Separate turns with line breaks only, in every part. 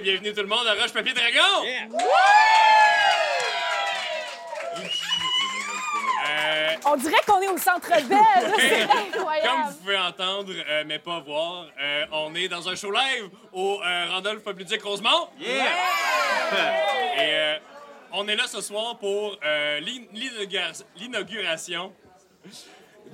bienvenue tout le monde à Roche Papier Dragon! Euh,
On dirait qu'on est au centre belle. C'est
Comme
incroyable.
vous pouvez entendre, euh, mais pas voir, euh, on est dans un show live au euh, Randolph Public Rosemont. Et euh, on est là ce soir pour euh, l'in- l'inaugur- l'inauguration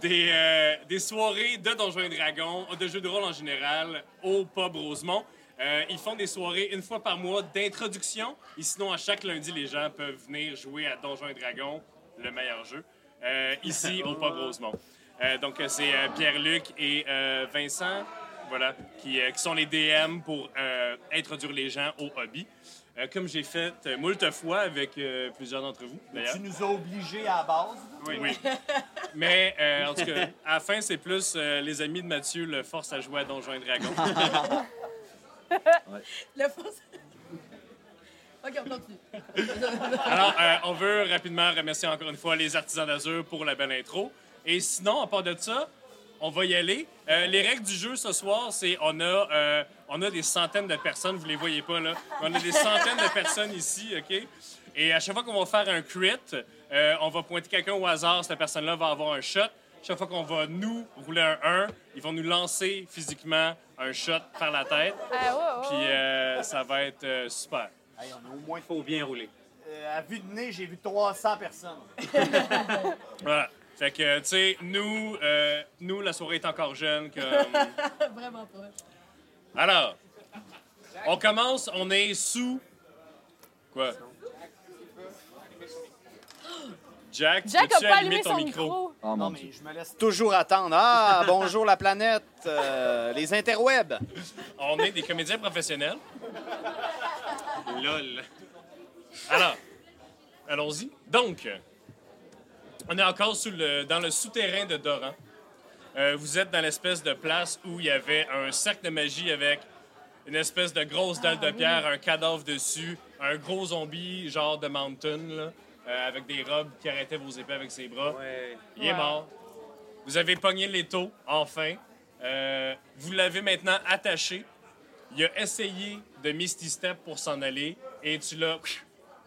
des, euh, des soirées de Donjons et Dragons, de jeux de rôle en général, au Pub Rosemont. Euh, ils font des soirées une fois par mois d'introduction. Et sinon, à chaque lundi, les gens peuvent venir jouer à Donjons et Dragons, le meilleur jeu, euh, ici au Pub Rosemont. Euh, donc, euh, c'est euh, Pierre-Luc et euh, Vincent, voilà, qui, euh, qui sont les DM pour euh, introduire les gens au hobby. Euh, comme j'ai fait euh, moult fois avec euh, plusieurs d'entre vous, d'ailleurs.
Tu nous as obligés à la base.
Oui. Mais euh, en tout cas, à la fin, c'est plus euh, les amis de Mathieu le forcent à jouer à Donjons et Dragons.
Le fond, c'est- OK, on continue.
Alors, euh, on veut rapidement remercier encore une fois les artisans d'Azur pour la belle intro. Et sinon, à part de ça, on va y aller. Euh, les règles du jeu ce soir, c'est on a euh, on a des centaines de personnes, vous les voyez pas là, mais on a des centaines de personnes ici, ok. Et à chaque fois qu'on va faire un crit, euh, on va pointer quelqu'un au hasard, cette personne-là va avoir un shot. Chaque fois qu'on va nous rouler un 1, ils vont nous lancer physiquement un shot par la tête.
Ah, ouais,
Puis
ouais, ouais.
euh, ça va être euh, super.
Hey, on a au moins.
Faut bien rouler.
euh, à vue de nez, j'ai vu 300 personnes.
Voilà. Fait que, tu sais, nous, euh, nous, la soirée est encore jeune. Comme...
Vraiment pas.
Alors, on commence, on est sous. Quoi? Jack,
Jack
peux-tu
a pas
allumer
allumé
ton
son
micro?
micro.
Oh
Non, mais je me laisse toujours attendre. Ah, bonjour la planète, euh, les interwebs.
On est des comédiens professionnels. Lol. Alors, allons-y. Donc, on est encore sous le- dans le souterrain de Doran. Euh, vous êtes dans l'espèce de place où il y avait un cercle de magie avec une espèce de grosse dalle de
Ah,
pierre, un cadavre dessus, un gros zombie genre de mountain, là, euh, avec des robes qui arrêtaient vos épées avec ses bras.
Ouais.
Il est
Wow.
mort. Vous avez pogné l'étau, enfin. Euh, vous l'avez maintenant attaché. Il a essayé de Misty Step pour s'en aller et tu l'as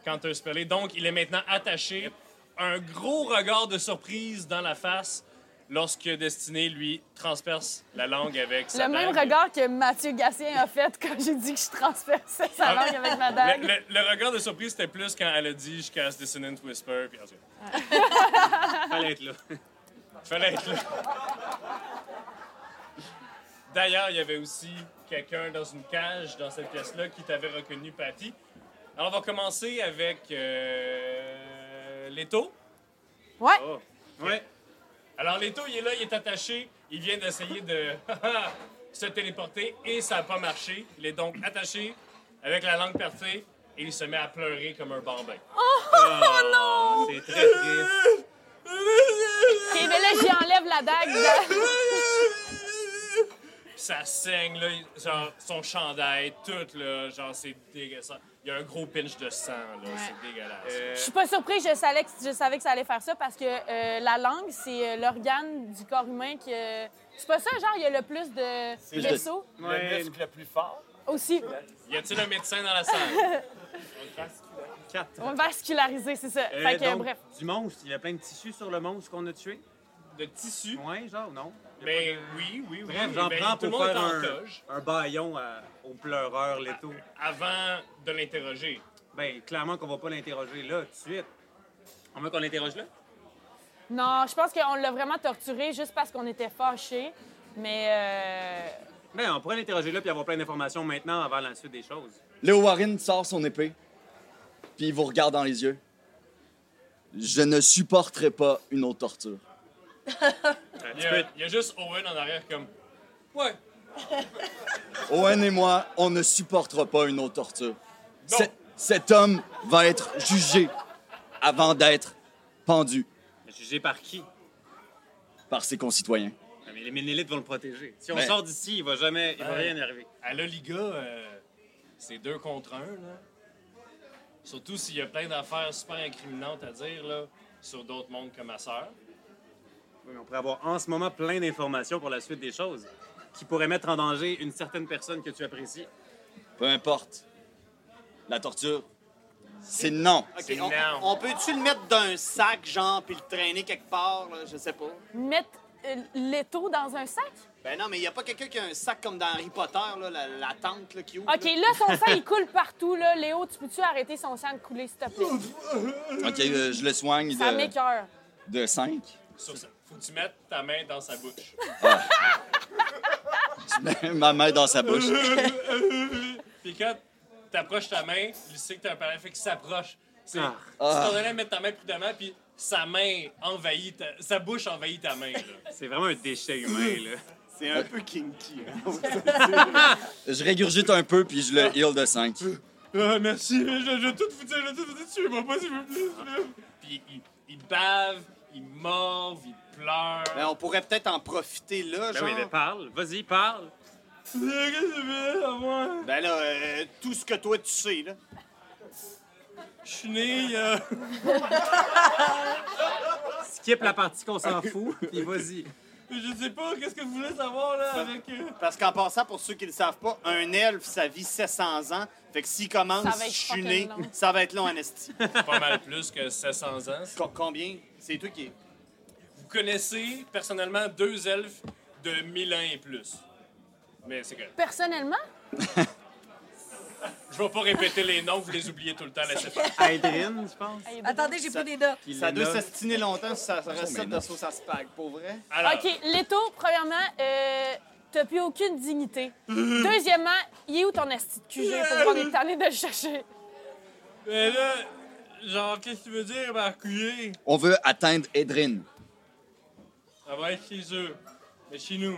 counterspellé. Donc, il est maintenant attaché. Un gros regard de surprise dans la face lorsque Destiné lui transperce la langue avec sa
Le même
dague.
regard que Mathieu Gatien a fait quand j'ai dit que je transperçais sa
Ah.
langue avec ma
Le,
dague.
le- le regard de surprise, c'était plus quand elle a dit « Je casse Dissonant Whisper ». puis en tout cas.
Fallait être là.
Fallait être là. D'ailleurs, il y avait aussi quelqu'un dans une cage dans cette pièce-là qui t'avait reconnu, Patty. Alors, on va commencer avec euh, Leto.
Ouais.
Oh. Ouais.
Alors, Leto, il est là, il est attaché. Il vient d'essayer de se téléporter et ça n'a pas marché. Il est donc attaché avec la langue percée et il se met à pleurer comme un Ah, bambin.
C'est très triste.
OK, mais là, j'y enlève la dague.
Euh.
de-
Ça saigne, là, genre, son chandail, tout, là, genre, c'est dégueulasse. Il y a un gros pinch de sang, là, c'est dégueulasse.
Euh.
Je suis pas surprise, je savais, que, je savais que ça allait faire ça parce que euh, la langue, c'est euh, l'organe du corps humain qui... euh, C'est pas ça, genre, il y a le plus de
le-
vaisseaux
Le
Ouais.
muscle le plus fort.
aussi.
Y a-t-il un médecin dans la salle?
Quatre.
On va vasculariser, c'est ça.
Euh,
Oh, fait que,
donc,
bref.
Du monstre, il y a plein de tissus sur le monstre qu'on a tué.
De tissu?
Ouais, genre, non. Il y a
Ben
pas de-
oui, oui, oui.
Bref, j'en
Ben,
prends
tout le
pour
monde
faire
est en
un,
toge
un baillon à- au pleureur, Leto.
avant de l'interroger.
Ben, clairement qu'on va pas l'interroger là, tout de suite. On veut qu'on l'interroge là?
Non, je pense qu'on l'a vraiment torturé juste parce qu'on était fâchés. Mais euh,
Ben, on pourrait l'interroger là puis avoir plein d'informations maintenant avant la suite des choses.
Léo Warren sort son épée, puis il vous regarde dans les yeux. Je ne supporterai pas une autre torture.
Il y, a, il y a juste Owen en arrière comme... Ouais.
Owen et moi, on ne supportera pas une autre torture.
Non.
Ce- cet homme va être jugé avant d'être pendu
Jugé par qui?
par ses concitoyens.
Ben, mais les Ménélites vont le protéger. Si on
Ben-
sort d'ici, il va jamais, il va
Ouais.
rien arriver.
À la Liga, euh, c'est deux contre un, là. Surtout s'il y a plein d'affaires super incriminantes à dire, là, sur d'autres mondes que ma sœur.
Oui, mais on pourrait avoir en ce moment plein d'informations pour la suite des choses qui pourraient mettre en danger une certaine personne que tu apprécies.
Peu importe. La torture, c'est non.
Ok,
C'est
on,
énorme.
on peut-tu le mettre d'un sac, genre, puis le traîner quelque part, là? Je sais pas.
Mettre euh, l'étau dans un sac?
Ben non, mais il n'y a pas quelqu'un qui a un sac comme dans Harry Potter, là, la, la tente là, qui ouvre.
OK, là, son sang, il coule partout, là. Léo, tu peux-tu arrêter son sang de couler, s'il te plaît?
OK, euh, je le soigne
Ça
de,
m'écœure.
de 5.
Sur ça, faut que tu mettes ta main dans sa bouche.
Ah. Je mets ma main dans sa bouche.
Puis quand t'approches ta main, il sait que t'as un parapluie qui s'approche. C'est.
Ah.
Si t'en allais mettre ta main prudemment, puis sa main envahit, ta- sa bouche envahit ta main. Là.
C'est vraiment un déchet humain, là.
C'est un peu kinky. hein.
Je régurgite un peu, puis je le heal de 5.
Ah, merci, je, je vais tout vous dire, je vais tout vous dire, tuez-moi pas s'il vous plaît. Puis il, il bave, il morve, il pleure.
Ben, on pourrait peut-être en profiter là,
Ben
genre.
oui, mais parle. Vas-y, parle.
Euh, Qu'est-ce que tu veux, à moi?
Ben là, euh, tout ce que toi tu sais, là.
Je suis né euh, il y a-
Skip la partie qu'on s'en fout, puis vas-y.
Je sais pas, qu'est-ce que vous voulez savoir là avec. euh,
Parce qu'en passant, pour ceux qui ne le savent pas, un elfe, ça vit 700 ans. Fait que s'il commence,
Ça va être
je suis
fucking
né,
long.
ça va être long, Anesti.
Pas mal plus que 700 ans.
Co- combien? C'est toi qui...
Vous connaissez personnellement deux elfes de 1000 ans et plus. Mais c'est correct.
Personnellement,
Je vais pas répéter les noms, vous les oubliez tout le temps, laissez faire.
Adrien, je pense.
Attendez, j'ai pris des notes.
qu'il
Ça
est
doit
là.
s'astiner longtemps sur sa recette
mais non.
de sauce à spag, pour vrai.
Alors,
OK, l'étau, premièrement, euh, t'as plus aucune dignité.
Mm-hmm.
Deuxièmement, il est où ton esti de QG? Faut qu'on est tanné de le chercher.
mais Ben là, genre, qu'est-ce que tu veux dire, Marcouillé?
On veut atteindre Edrin.
Ça va être chez eux, mais chez nous,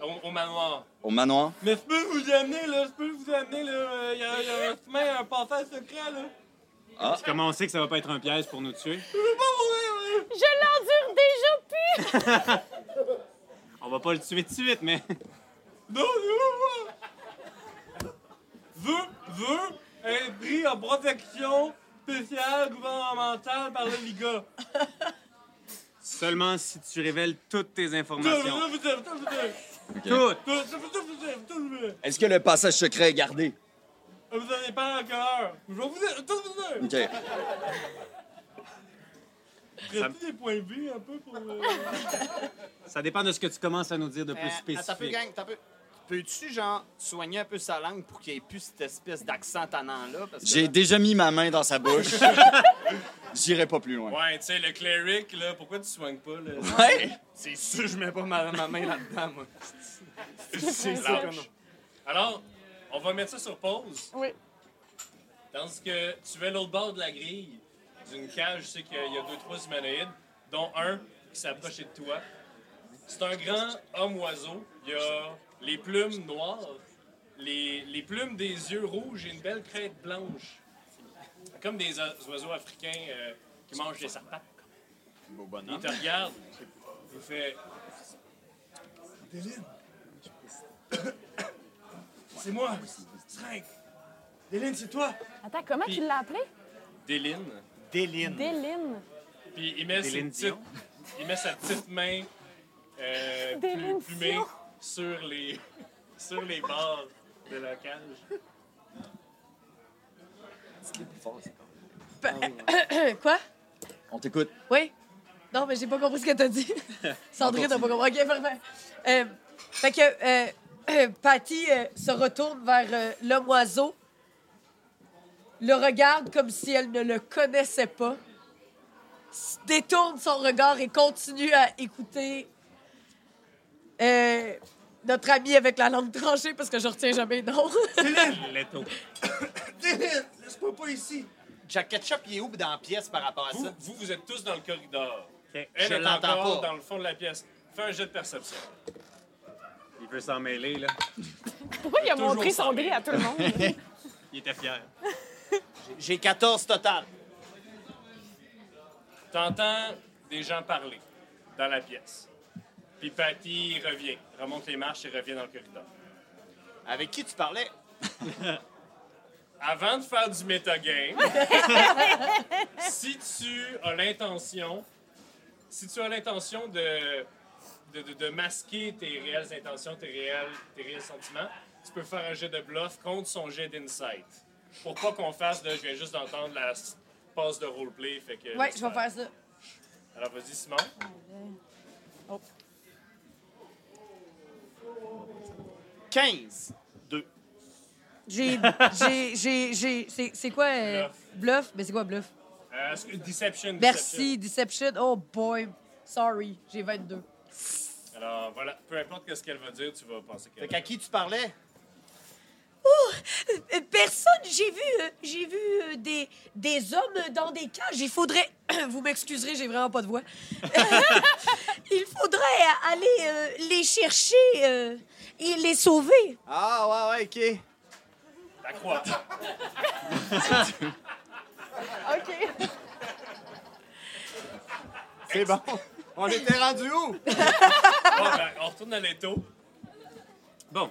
au, au manoir.
Au manoir,
Mais je peux vous amener, là, je peux vous amener, là, il y a, y a un chemin, un passage secret, là.
Comment on sait que ça va pas être un piège pour nous tuer?
Je peux pas mourir,
Je l'endure déjà plus!
On va pas le tuer tout de suite, mais.
ouais. Non, non, non. Veux, veux, est pris en protection spéciale gouvernementale par le Liga.
Seulement si tu révèles toutes tes
Tout, tout,
informations.
tout, tout, tout,
Toutes!
tout, tout, tout, tout, tout, tout.
est-ce que le passage secret est gardé?
Euh, Vous n'avez pas à quelle heure? Je vais vous dire, tout vous dire.
OK.
Restez des points B un peu pour. euh,
Ça dépend de ce que tu commences à nous dire de plus
Euh, attends un peu,
spécifique.
gang, attends un peu. Peux-tu, genre, soigner un peu sa langue pour qu'il n'y ait plus cette espèce d'accent tannant-là? parce que-
J'ai déjà mis ma main dans sa bouche. J'irai pas plus loin.
Ouais, tu sais, le cleric, là, pourquoi tu soignes pas, là?
Ouais.
C'est sûr, je mets pas ma, ma main là-dedans, moi. C'est sûr que non.
Lâche. Alors, on va mettre ça sur pause.
Oui.
Dans ce que tu vas à l'autre bord de la grille d'une cage, je sais qu'il y a deux, trois humanoïdes, dont un qui s'approche de toi. C'est un grand homme-oiseau. Il a les plumes noires, les, les plumes des yeux rouges et une belle crête blanche. Comme des o- oiseaux africains euh, qui mangent des serpents. Il te regarde, il fait Déline. C'est moi, Strike. Déline, c'est toi.
Attends, comment tu l'as appelé?
Déline.
Déline.
Déline.
Puis il met, ses
Déline
petites-
Dion.
il met sa petite main euh,
Déline
plu- plumée
Dion.
sur les, sur les barres de la cage.
Quoi?
On t'écoute.
Oui? Non, mais j'ai pas compris ce que t'as dit. Sandrine n'a pas compris. OK, parfait. Euh, fait que euh, euh, Patty euh, se retourne vers euh, l'homme oiseau, le regarde comme si elle ne le connaissait pas, s- détourne son regard et continue à écouter euh, notre ami avec la langue tranchée parce que je retiens jamais non.
Leto.
Déline, laisse-moi pas ici. Jack Ketchup, il est où dans la pièce par rapport à
Vous,
ça?
vous, vous êtes tous dans le corridor.
Ok.
Elle
Je
est
l'entends
encore
pas.
dans le fond de la pièce. Fais un jet de perception.
Il veut s'en mêler, là.
Pourquoi il a
Toujours
montré son
sans
dé à tout le monde?
Il était fier.
J'ai 14 total.
T'entends des gens parler dans la pièce. Puis Patty revient, remonte les marches et revient dans le corridor.
Avec qui tu parlais?
Avant de faire du metagame, si tu as l'intention, si tu as l'intention de, de, de- de masquer tes réelles intentions, tes réels, tes réels sentiments, tu peux faire un jet de bluff contre son jet d'insight. pour pas qu'on fasse de. Je viens juste d'entendre la s- passe de roleplay. Fait que.
Ouais, je vais faire ça.
Alors vas-y, Simon.
Oh.
15. 2.
J'ai. j'ai- j'ai- j'ai- C'est c'est quoi euh, bluff. Mais c'est quoi bluff?
Euh, est-ce que- deception.
Merci, Deception. Oh boy. Sorry, j'ai 22.
Deception. Alors voilà, peu importe ce qu'elle va dire, tu vas penser
Fait
qu'elle.
qu'à qui tu parlais?
Euh, Personne, j'ai vu, euh, j'ai vu euh, des, des hommes dans des cages. Il faudrait, vous m'excuserez, j'ai vraiment pas de voix. Il faudrait euh, aller euh, les chercher euh, et les sauver.
Ah, ouais, ouais, OK.
La croix.
OK.
C'est bon. On était rendu où?
Bon, ben, on retourne à l'étau. Bon.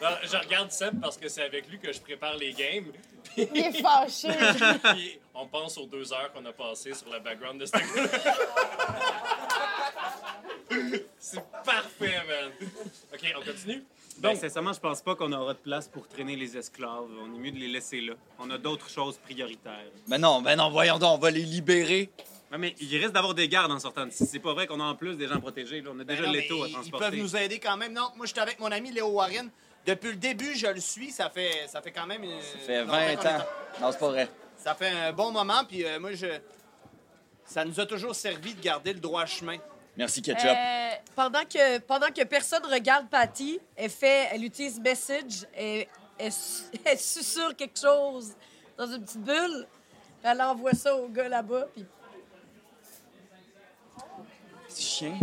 Alors, je regarde Seb parce que c'est avec lui que je prépare les games.
Il est fâché.
Puis on pense aux deux heures qu'on a passées sur le background de ce gars C'est parfait, man. OK, on continue?
Ben,
Donc,
sincèrement, je pense pas qu'on aura de place pour traîner les esclaves. On est mieux de les laisser là. On a d'autres choses prioritaires.
Mais Ben non, mais non, voyons donc, on va les libérer.
Ouais, mais il risque d'avoir des gardes en sortant d'ici. C'est pas vrai qu'on a en plus des gens protégés. là. On a déjà
Ben non,
l'étau
mais
à
ils-
transporter.
Ils peuvent nous aider quand même. Non, moi, j'étais avec mon ami Léo Warren. Depuis le début, je le suis. Ça fait, ça fait quand même. euh,
Ça fait
longtemps
20
qu'on est
ans. Non, c'est pas vrai.
Ça fait un bon moment, puis euh, moi, je... ça nous a toujours servi de garder le droit chemin.
Merci, Ketchup.
Euh,
Pendant que, pendant que personne regarde Patty, elle fait, elle utilise message, elle, elle, su- elle susurre quelque chose dans une petite bulle. Elle envoie ça au gars là-bas, puis
Petit chien.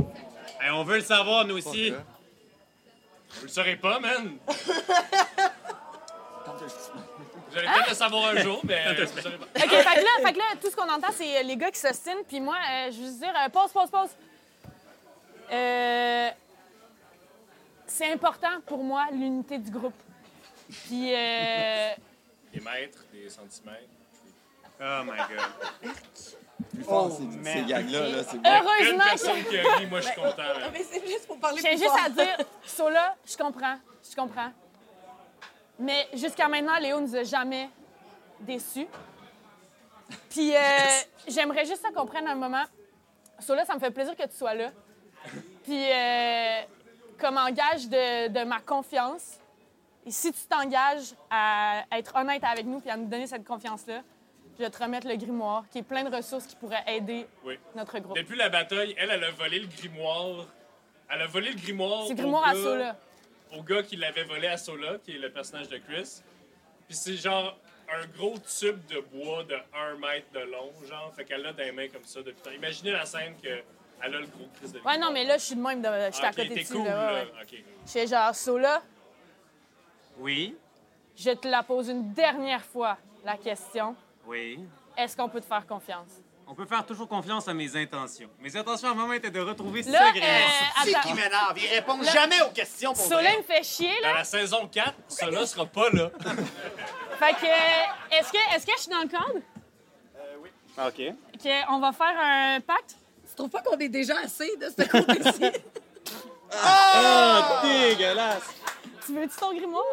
Eh, on veut le savoir, nous aussi.
vous le saurez pas, man. Vous allez peut-être le savoir un jour, mais euh, vous le saurez pas.
OK, fait que, là, fait que là, tout ce qu'on entend, c'est euh, les gars qui s'ostinent. Puis moi, euh, je veux juste dire, euh, pause, pause, pause. Euh, c'est important pour moi, l'unité du groupe. Puis, euh,
Des mètres, des centimètres.
Oh my God.
Plus fort,
Oh,
ces- ces
merde.
gags-là, là, c'est bon.
Une
heureusement que...
personne qui a ri, moi, je suis content. man.
mais c'est juste pour parler
J'ai juste à dire, Sola, je comprends, je comprends. Mais jusqu'à maintenant, Léo nous a jamais déçus. Puis euh, j'aimerais juste ça qu'on prenne un moment. Sola, ça me fait plaisir que tu sois là. Puis euh, comme engage de, de ma confiance, et si tu t'engages à être honnête avec nous et à nous donner cette confiance-là, je vais te remettre le grimoire, qui est plein de ressources qui pourraient aider
Oui.
notre groupe.
Depuis la bataille, elle, elle a volé le grimoire. Elle a volé le grimoire.
C'est
au
le grimoire à
gars-
Sola.
Au gars qui l'avait volé à Sola, qui est le personnage de Chris. Puis c'est genre un gros tube de bois de 1 mètre de long, genre. Fait qu'elle l'a dans les mains comme ça depuis. Imaginez la scène que elle a le gros Chris de
Ouais, non, mais là, je suis de même. De, je suis
Ah,
à
ok,
côté de
t'es
dessus.
cool,
là, ouais,
là.
ouais.
Ok.
Je fais genre, Sola,
Oui,
je te la pose une dernière fois, la question.
oui.
Est-ce qu'on peut te faire confiance?
On peut faire toujours confiance à mes intentions. Mes intentions, à un moment, étaient de retrouver ces
Là,
agréments.
euh,
C'est qui
attends.
m'énerve? Il répond jamais aux questions pour
Sola, il
vrai.
me fait chier,
Dans
là.
la saison 4, Sola sera pas là.
Fait que, euh, est-ce que, est-ce que je suis dans le cadre? euh,
OK.
Que on va faire un pacte?
Tu trouves pas qu'on est déjà assez de ce côté-ci?
Ah, dégueulasse!
Tu veux-tu ton grimoire?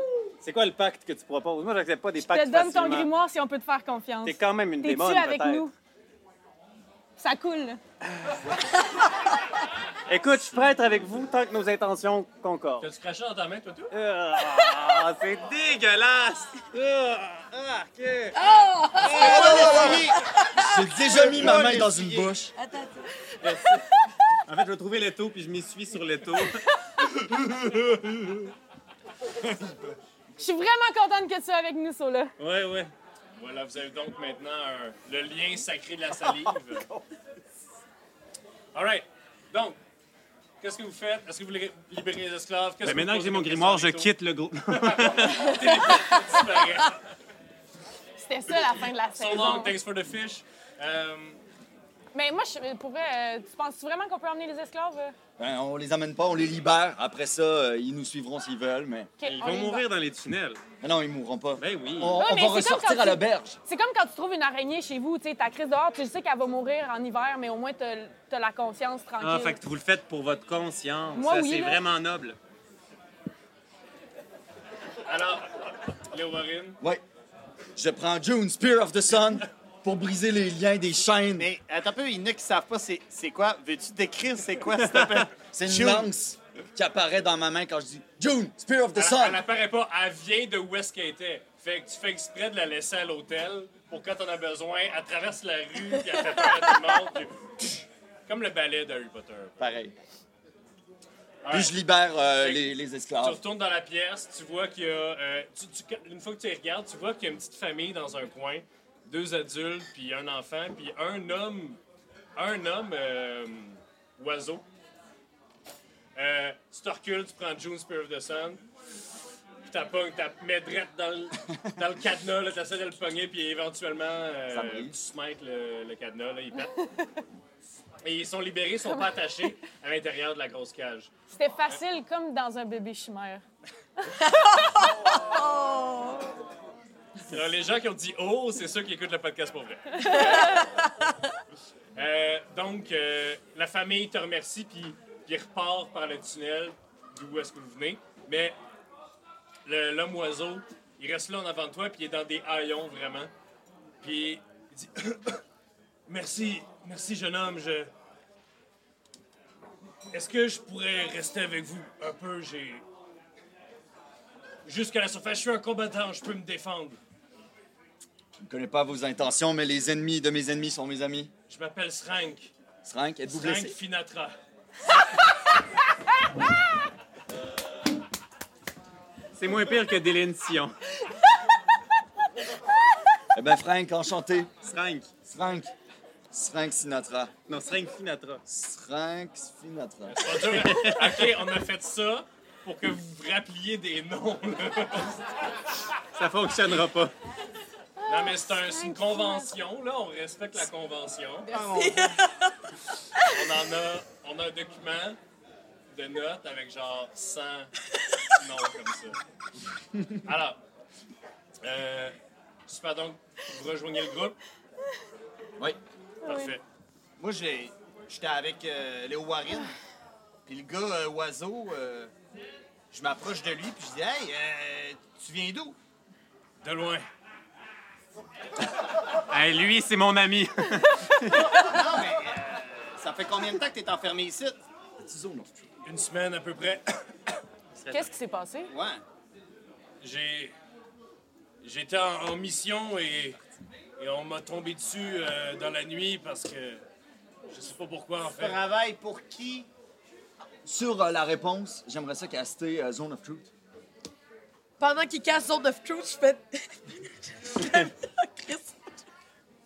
C'est quoi le pacte que tu proposes? Moi, j'accepte pas des
Je te
pactes
donne ton
facilement.
grimoire si on peut te faire confiance.
T'es quand même une
T'es-tu
démon,
avec
peut-être.
nous? Ça coule, là.
Écoute, je suis prêtre avec vous tant que nos intentions concordent.
T'as-tu craché dans ta main, toi, tout?
Ah, c'est dégueulasse! Ah, ah, que-
J'ai déjà mis ma main dans une bouche.
En fait, je vais trouver l'étau, puis je m'essuie sur l'étau.
Je suis vraiment contente que tu sois avec nous, Sola.
Ouais, ouais.
Voilà, vous avez donc maintenant un- le lien sacré de la salive.
Oh,
All right. Donc, qu'est-ce que vous faites? Est-ce que vous voulez libérer les esclaves? Qu'est-ce que vous
Ben, maintenant que
posez
j'ai mon
comme
grimoire, je
question, Vito?
quitte le groupe.
C'était ça, la fin de la
So long,
saison.
thanks for the fish. Euh,
Mais moi, je, pour vrai, euh, tu penses vraiment qu'on peut emmener les esclaves? euh?
Ben, on les amène pas, on les libère. Après ça, euh, ils nous suivront s'ils veulent, mais...
OK,
Ils
on
vont
y va.
mourir dans les tunnels.
mais non, ils mourront pas.
Ben oui.
On,
Ouais,
on
mais c'est
va
comme
ressortir
quand
à
tu-
l'auberge.
C'est comme quand tu trouves une araignée chez vous, tu sais, ta crise dehors, tu sais qu'elle va mourir en hiver, mais au moins t'as t'as la confiance tranquille.
Ah, fait que vous le faites pour votre conscience.
Moi,
Ça,
oui,
c'est
là.
vraiment noble.
alors, Léo Warren.
Ouais. Je prends June, Spear of the Sun, pour briser les liens des chaînes.
Mais attends un peu, il y en a qui savent pas c'est c'est quoi. Veux-tu décrire c'est quoi, s'il te plaît?
C'est
June.
une lance qui apparaît dans ma main quand je dis June, Spear of the
Elle, elle
Sun.
apparaît pas, elle vient de où est-ce qu'elle était. Fait que tu fais exprès de la laisser à l'hôtel pour quand on a besoin, elle traverse la rue, puis elle fait peur à tout le monde. puis tch, comme le ballet d'Harry Potter.
Pareil.
Ouais.
Puis je libère euh,
Fait que
les, les
Tu
esclaves.
retournes dans la pièce, tu vois qu'il y a. euh, tu- tu- quand- une fois que tu les regardes, tu vois qu'il y a une petite famille dans un coin, deux adultes, puis un enfant, puis un homme. Un homme euh, oiseau. Euh, tu te recules, tu prends June Spear of the Sun, puis t'as pognes, t'as mets drette dans le, dans le cadenas, là, t'essaies de le pogner, puis éventuellement, euh,
Ça brise.
tu smite le, le cadenas, là, il pète. Et ils sont libérés, ils sont pas attachés à l'intérieur de la grosse cage.
C'était facile comme dans un bébé chimère.
Alors, Euh, les gens qui ont dit Oh, c'est ceux qui écoutent le podcast pour vrai. Euh, donc, euh, la famille te remercie, puis, puis repart par le tunnel d'où est-ce que vous venez. Mais le- l'homme oiseau, il reste là en avant de toi, puis il est dans des haillons vraiment. Puis il dit Merci, merci, jeune homme. Je... Est-ce que je pourrais rester avec vous un peu J'ai. Jusqu'à la surface, je suis un combattant, je peux me défendre.
Je ne connais pas vos intentions, mais les ennemis de mes ennemis sont mes amis.
Je m'appelle Srank.
Srank, êtes-vous
Srank
blessé?
Finatra.
C'est moins pire que Déline Sion.
Eh ben, Frank, enchanté.
Srank.
Srank. Srank Sinatra.
Non, Srank Finatra.
Srank Sinatra.
Mon Dieu, ok, on a fait ça pour que vous vous rappeliez des noms. là.
Ça fonctionnera pas.
Non, mais c'est un- c'est une convention, là. On respecte la convention. On en a, on a un document de notes avec genre 100 noms comme ça. Alors, euh, super, donc, vous rejoignez le groupe.
Oui.
Parfait.
Moi, j'ai- j'étais avec euh, Léo Warren. Puis le gars euh, oiseau, euh, je m'approche de lui, puis je dis Hey, euh, tu viens d'où
De loin.
Hey, lui, c'est mon ami.
Non, mais euh, ça fait combien de temps que t'es enfermé ici
Une semaine à peu près.
Qu'est-ce qui s'est passé?
Ouais.
J'ai. J'étais en, en mission et, et on m'a tombé dessus euh, dans la nuit parce que je sais pas pourquoi en
Tu
fait.
travailles pour qui
Sur euh, la réponse, j'aimerais ça caster euh, Zone of Truth.
Pendant qu'il casse Zone of Truth, je fais. Chris.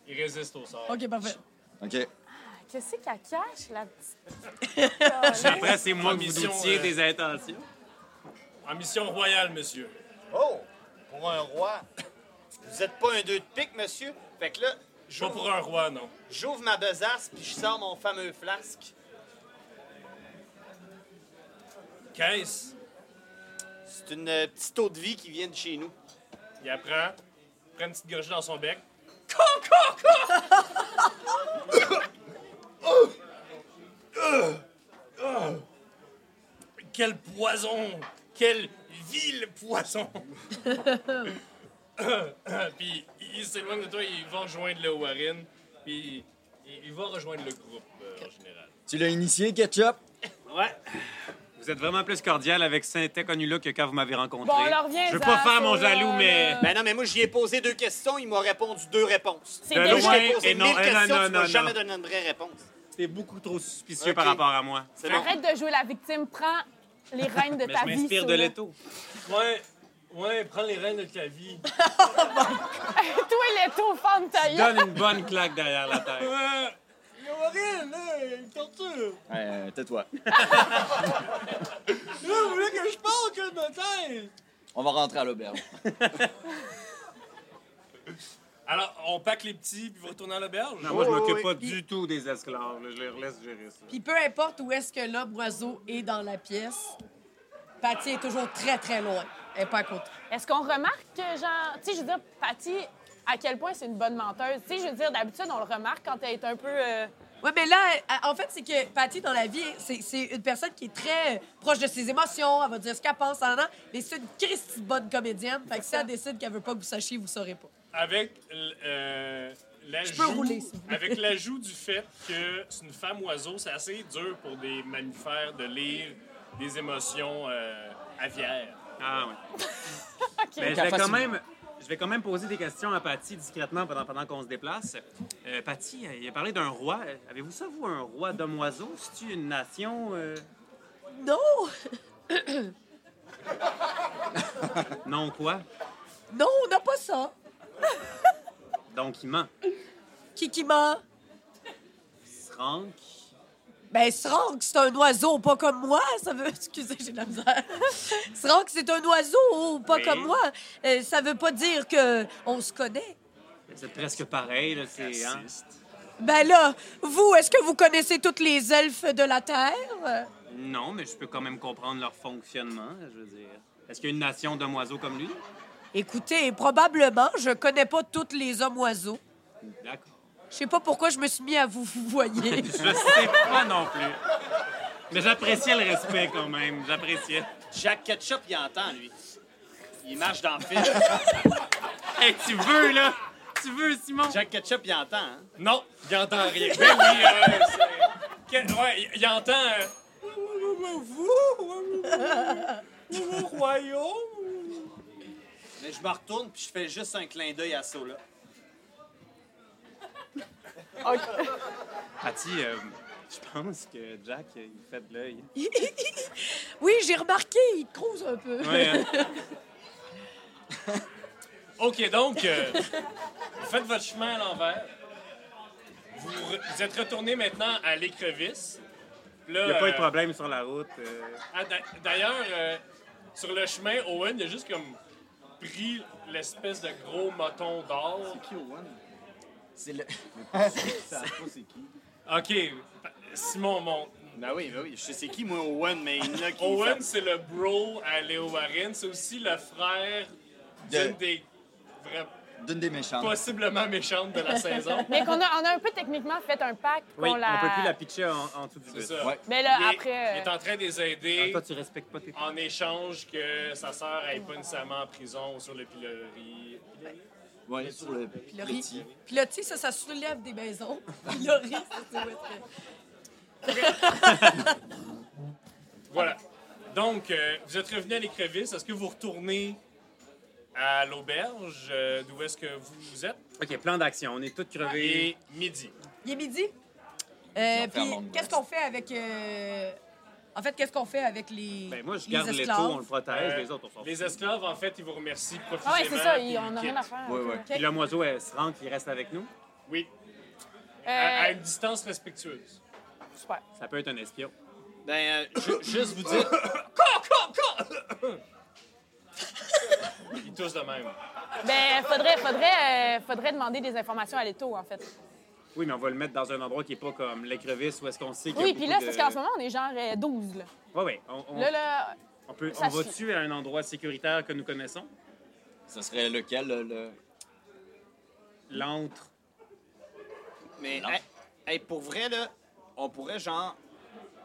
Il résiste au sort.
ok, parfait.
OK.
Qu'est-ce qu'elle cache, la petite?
Après, c'est moi qui vous
Mission,
doutiez
euh,
des intentions.
En mission royale, monsieur.
Oh Pour un roi. Vous êtes pas un deux de pique, monsieur Fait que là,
Pas pour un roi, non.
j'ouvre ma besace, puis je sors mon fameux flasque.
Qu'est-ce?
C'est une euh, petite eau de vie qui vient de chez nous.
Il apprend, prend une petite gorgée dans son bec. Quel poison! Quel vil poison! puis il s'éloigne de toi, il va rejoindre le Warren, puis il, il va rejoindre le groupe euh, en général.
Tu l'as initié, Ketchup?
Ouais!
Vous êtes vraiment plus cordial avec Saint-Econula que quand vous m'avez rencontré.
Bon, alors viens,
Je veux pas
Zach,
faire mon
euh,
jaloux, mais.
là.
Ben non, mais moi, j'y ai posé deux questions, il m'a répondu deux réponses.
C'est
De
des-
Moi, je
loin.
t'ai posé
et non,
mille
et non,
questions,
non,
tu m'as
non,
jamais
non.
donné une vraie réponse.
T'es beaucoup trop suspicieux
Ok.
par rapport à moi.
C'est bon.
Arrête de jouer la victime, prends les rênes de
Mais
ta
je
vie.
m'inspire de
Sola.
l'étau.
Ouais, ouais, prends les rênes de ta vie.
Toi, l'étau, femme ta gueule.
Donne une bonne claque derrière la tête.
Euh, Le Warren, là, il torture!
Euh, tais-toi.
Là, vous voulez que je parle que ma tête?
On va rentrer à l'auberge.
Alors, on pack les petits, puis vous retournez à l'auberge?
Non, moi, je
Oh,
m'occupe
oui.
pas du tout des esclaves. là. Je les laisse gérer ça.
Puis peu importe où est-ce que l'homme oiseau est dans la pièce, Patty est toujours très, très loin. Elle est pas à côté.
Est-ce qu'on remarque que, genre, tu sais, je veux dire, Patty, à quel point c'est une bonne menteuse? Tu sais, je veux dire, d'habitude, on le remarque quand elle est un peu euh,
Oui, mais là, elle- en fait, c'est que Patty, dans la vie, c'est c'est une personne qui est très euh, proche de ses émotions. Elle va dire ce qu'elle pense, en mais c'est une Christy bonne comédienne. Fait que si elle décide qu'elle veut pas que vous sachiez, vous saurez pas.
Avec l- euh, l'ajout
peux rouler, s'il vous plaît.
avec l'ajout du fait que c'est une femme oiseau, c'est assez dur pour des mammifères de lire des émotions euh, aviaires.
Ah oui. Mais je
Qu'elle
vais
fasse
quand
une-
même. Je vais quand même poser des questions à Patty discrètement pendant, pendant qu'on se déplace. Euh, Patty, euh, il a parlé d'un roi. Euh, Avez-vous ça, vous, un roi d'homme oiseau? C'est-tu une nation? euh,
Non!
Non quoi?
Non, on n'a pas ça!
Donc, il ment.
Qui qui ment?
Srank.
Ben, Srank, c'est un oiseau, pas comme moi. Ça veut. Excusez, j'ai de la misère. Srank, c'est un oiseau, pas
Oui.
comme moi. Euh, ça veut pas dire que on se connaît.
C'est presque pareil, là. C'est. hein?
Ben là, vous, est-ce que vous connaissez tous les elfes de la Terre? Euh,
Non, mais je peux quand même comprendre leur fonctionnement, je veux dire. Est-ce qu'il y a une nation d'hommes oiseaux comme lui?
Écoutez, probablement, je connais pas tous les hommes oiseaux.
D'accord.
Je sais pas pourquoi je me suis mis à vous vous voyez.
Je sais pas non plus. Mais j'appréciais le respect quand même. J'appréciais.
Jack Ketchup, il entend, lui. Il marche dans le film.
Hey, tu veux, là? Tu veux, Simon?
Jack Ketchup, il entend. hein.
Non, il entend rien. Ben oui, euh, c'est- Quel- ouais, il- il entend. euh, Nouveau royaume.
Mais je me retourne puis je fais juste un clin d'œil à ça, là.
Patty, euh, je pense que Jack, euh, il fait de l'œil.
oui, j'ai remarqué, il te crouse un peu.
Ouais, hein?
Ok, donc, euh, vous faites votre chemin à l'envers. Vous, re- vous êtes retourné maintenant à l'écrevisse. Là,
Il n'y a pas eu de
euh,
problème sur la route. euh.
Ah, d'a- D'ailleurs, euh, sur le chemin, Owen, il a juste comme pris l'espèce de gros moton d'or.
C'est le.
OK, pa- Simon monte.
Ben oui, ben oui. Je sais qui, moi, Owen, mais il y en a qui.
Owen, c'est le bro à Léo Warren. C'est aussi le frère
De-
d'une des vra-
D'une des méchantes.
possiblement méchantes de la saison.
Mais qu'on a, on a un peu techniquement fait un pacte
Oui,
qu'on la...
on peut plus la pitcher en, en dessous du
C'est
bus.
ça.
Ouais.
Mais là,
Il est-
après... euh,
Il est en train de les
Ah,
aider
Toi, tu respectes pas tes...
en échange que sa sœur aille pas nécessairement en prison ou sur le pilori.
Ouais, sur le
Le riz.
petit.
Puis là, tu sais, ça, ça soulève des maisons. Puis le riz, ça, c'est où est-ce que-
Voilà. Donc, euh, vous êtes revenu à l'écrevisse. Est-ce que vous retournez à l'auberge euh, d'où est-ce que vous, vous êtes?
OK, plan d'action. On est tous crevés.
Et midi.
Il est midi. Euh,
Ils ont fait un
puis
monde
qu'est-ce
reste.
qu'on fait avec. euh, En fait, qu'est-ce qu'on fait avec les.
Ben, moi, je
les
garde l'étau,
esclaves?
on le protège.
Euh,
Ah, les autres, on s'en fout.
Les esclaves, en fait, ils vous remercient
Ah
profondément.
ouais, c'est ça, il-
puis
on
ils
n'a rien à
quittent.
faire.
Ouais,
ok.
ouais.
Puis le moiseau, elle se rentre, il reste avec nous.
Oui,
Euh,
à, à une distance respectueuse.
Super.
Ça peut être un espion.
Ben, euh, ju- juste vous dire.
Ils tous de même.
Ben, faudrait, faudrait, euh, faudrait demander des informations à l'étau, en fait.
Oui, mais on va le mettre dans un endroit qui est pas comme l'écrevisse où est-ce qu'on sait qu'il y a
Oui, puis
beaucoup
là,
de-
c'est parce qu'en ce moment, on est genre euh, 12, là.
Ouais, ouais. On, on-
Là, là...
on peut,
ça
on
suffit.
va-tu à un endroit sécuritaire que nous connaissons?
Ça serait lequel, le. le-
L'antre.
Mais, hey, hey, pour vrai, là, on pourrait, genre,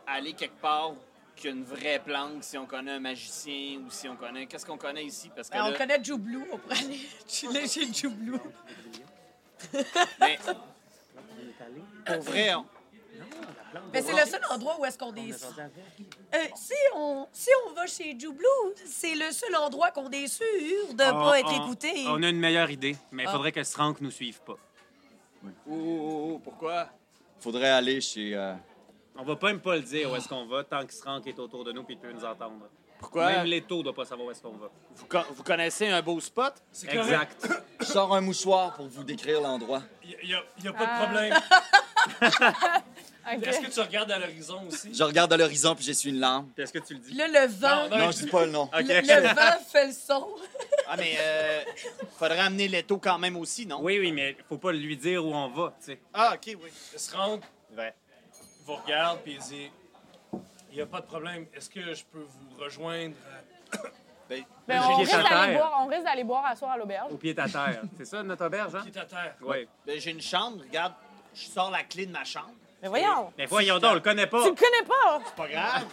aller quelque part qu'une vraie planque si on connaît un magicien ou si on connaît. Qu'est-ce qu'on Ah, connaît ici? Parce que.
Ben, on
là,
connaît Joublou, on pourrait aller chiller chez Joublou.
mais,
Il est allé.
pour vrai, on-
Mais c'est le seul endroit où est-ce qu'on est. Euh, si, on, si on va chez Joublou, c'est le seul endroit qu'on est sûr de ne pas être écouté.
Ah, On a une meilleure idée, mais il
Ah.
faudrait que Srank nous suive pas.
Oh, oh, oh, pourquoi?
Faudrait aller chez. euh,
On va pas même pas le dire où est-ce qu'on va tant que Srank est autour de nous puis il peut nous entendre.
Pourquoi?
Même l'étau doit pas savoir où est-ce qu'on va.
Vous, con- vous connaissez un beau spot?
C'est correct.
Exact.
Je sors un mouchoir pour vous décrire l'endroit.
Il n'y a, y a pas
Ah.
de problème. Est-ce que tu regardes à l'horizon aussi?
Je regarde à l'horizon puis j'essuie une larme.
Puis Est-ce que tu le
Puis
dis?
là, le
Ah.
vent,
Non,
Non, je dis pas le nom.
Ok.
le, le vent fait le son.
Ah, mais euh, faudrait amener l'étau quand même aussi, non?
Oui, oui, mais faut pas lui dire où on va, tu sais.
Ah, ok, oui.
Il se rend,
Ouais.
il vous regarde, puis il dit... Il n'y a pas de problème. Est-ce que je peux vous rejoindre? euh,
Ben,
Ben, on
J'ai les
risque d'aller
affaires.
boire, on risque d'aller boire à soir à l'auberge.
Au pied de ta terre. C'est ça, notre auberge, hein?
Qui est à terre?
Oui.
ben, j'ai une chambre, regarde. Je sors la clé de ma chambre.
Mais voyons!
Mais voyons donc, on le connaît pas.
Tu le connais pas!
Pas grave.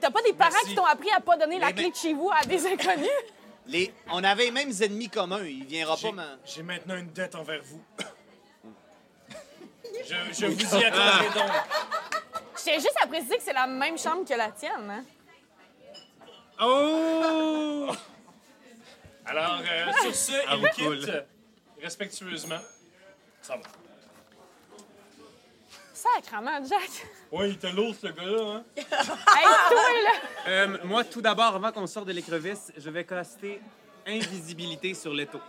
T'as pas des parents
Merci.
qui t'ont appris à pas donner la
Mais-
clé de chez vous à des inconnus?
Les... On avait les mêmes ennemis communs. Il viendra pas.
J'ai-
m'en-
J'ai maintenant une dette envers vous. je, je vous y attendais donc.
Je tiens juste à préciser que c'est la même chambre que la tienne. hein.
Oh!
Alors, euh, sur ce,
Ah,
il
cool.
quitte respectueusement. Ça va.
Sacrement, Jack!
Ouais, il était lourd, ce gars-là. Hein?
hey, toi, là!
Euh, moi, tout d'abord, avant qu'on sorte de l'écrevisse, je vais caster invisibilité sur l'étau.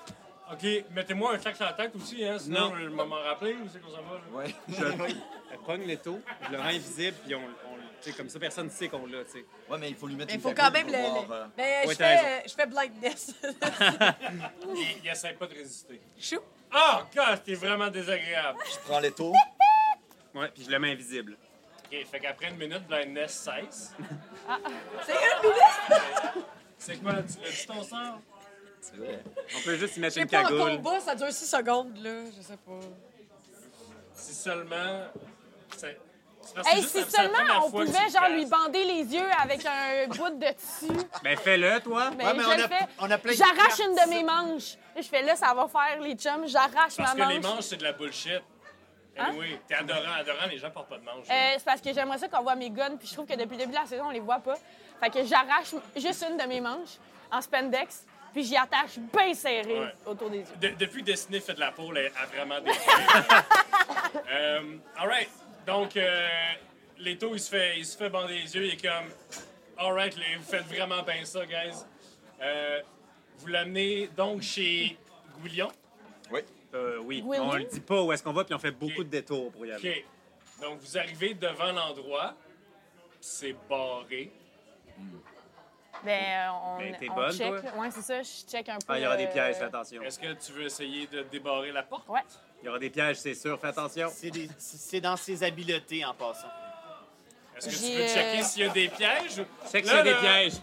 OK, mettez-moi un claque sur la tête aussi, hein, sinon
Non.
je vais m'en rappeler où c'est qu'on s'en va. là.
Ouais.
Je je pogne l'étau, je le rends invisible, puis on, on le- tu sais, comme ça, personne ne sait qu'on l'a, tu sais.
Ouais, mais il faut lui mettre
Mais il
une
faut quand
cagoule
même le.
pour
le-
voir, euh,
Mais
Ouais,
je,
t'as
fais, je fais blindness.
Il, il essaie pas de résister.
Chou.
Ah, oh, gosh, t'es vraiment désagréable.
Je prends les taux.
Ouais, puis je le mets invisible.
OK, fait qu'après une minute, blindness cesse.
C'est une minute.
C'est quoi, tu l'as dit ton sort?
On peut juste y
Je
mettre
sais
une
pas, en
cagoule.
combat, ça dure 6 secondes, là. Je sais pas.
Si seulement... C'est c'est parce que
Hey,
juste
si
la- c'est la première
seulement on
fois que
pouvait
tu
genre
le
lui
casses.
bander les yeux avec un bout de tissu.
Ben fais-le, toi.
Ben,
Ouais, mais
je
on
le
a-
fais.
on a plein de
J'arrache
cartes.
une de mes manches. Et Je fais là, ça va faire les chums. J'arrache ma
Parce que les
manche. Hein?
manches, c'est de la bullshit. Anyway, t'es adorant, adorant, les gens portent pas de manches.
Euh, c'est parce que j'aimerais ça qu'on voit mes guns, puis je trouve que depuis le début de la saison, on les voit pas. Fait que j'arrache juste une de mes manches en spandex, puis j'y attache bien serré
Ouais.
autour des yeux.
De- depuis que Destiny fait de la peau, elle a vraiment des. euh, alright. Donc, euh, Leto, il se, fait, il se fait bander les yeux. Il est comme. Alright, les- vous faites vraiment bien ça, guys. Euh, vous l'amenez donc chez Gouillon.
Euh, oui.
Oui,
on
oui.
le dit pas où est-ce qu'on va, puis on fait beaucoup
Ok.
de détours pour y aller.
OK. Donc, vous arrivez devant l'endroit. C'est barré.
Ben, euh, on,
Ben, t'es
on
bonne,
check.
toi?
Ouais, c'est ça, je check un peu.
Ah, il y aura des
euh,
pièges, fais attention.
Est-ce que tu veux essayer de débarrer la porte?
Ouais.
Il y aura des pièges, c'est sûr, fais attention.
C'est des- c'est- c'est dans ses habiletés en passant.
Est-ce que tu
J'ai,
veux
euh,
checker s'il y a des pièges?
Check
Là,
s'il y a des
là,
pièges.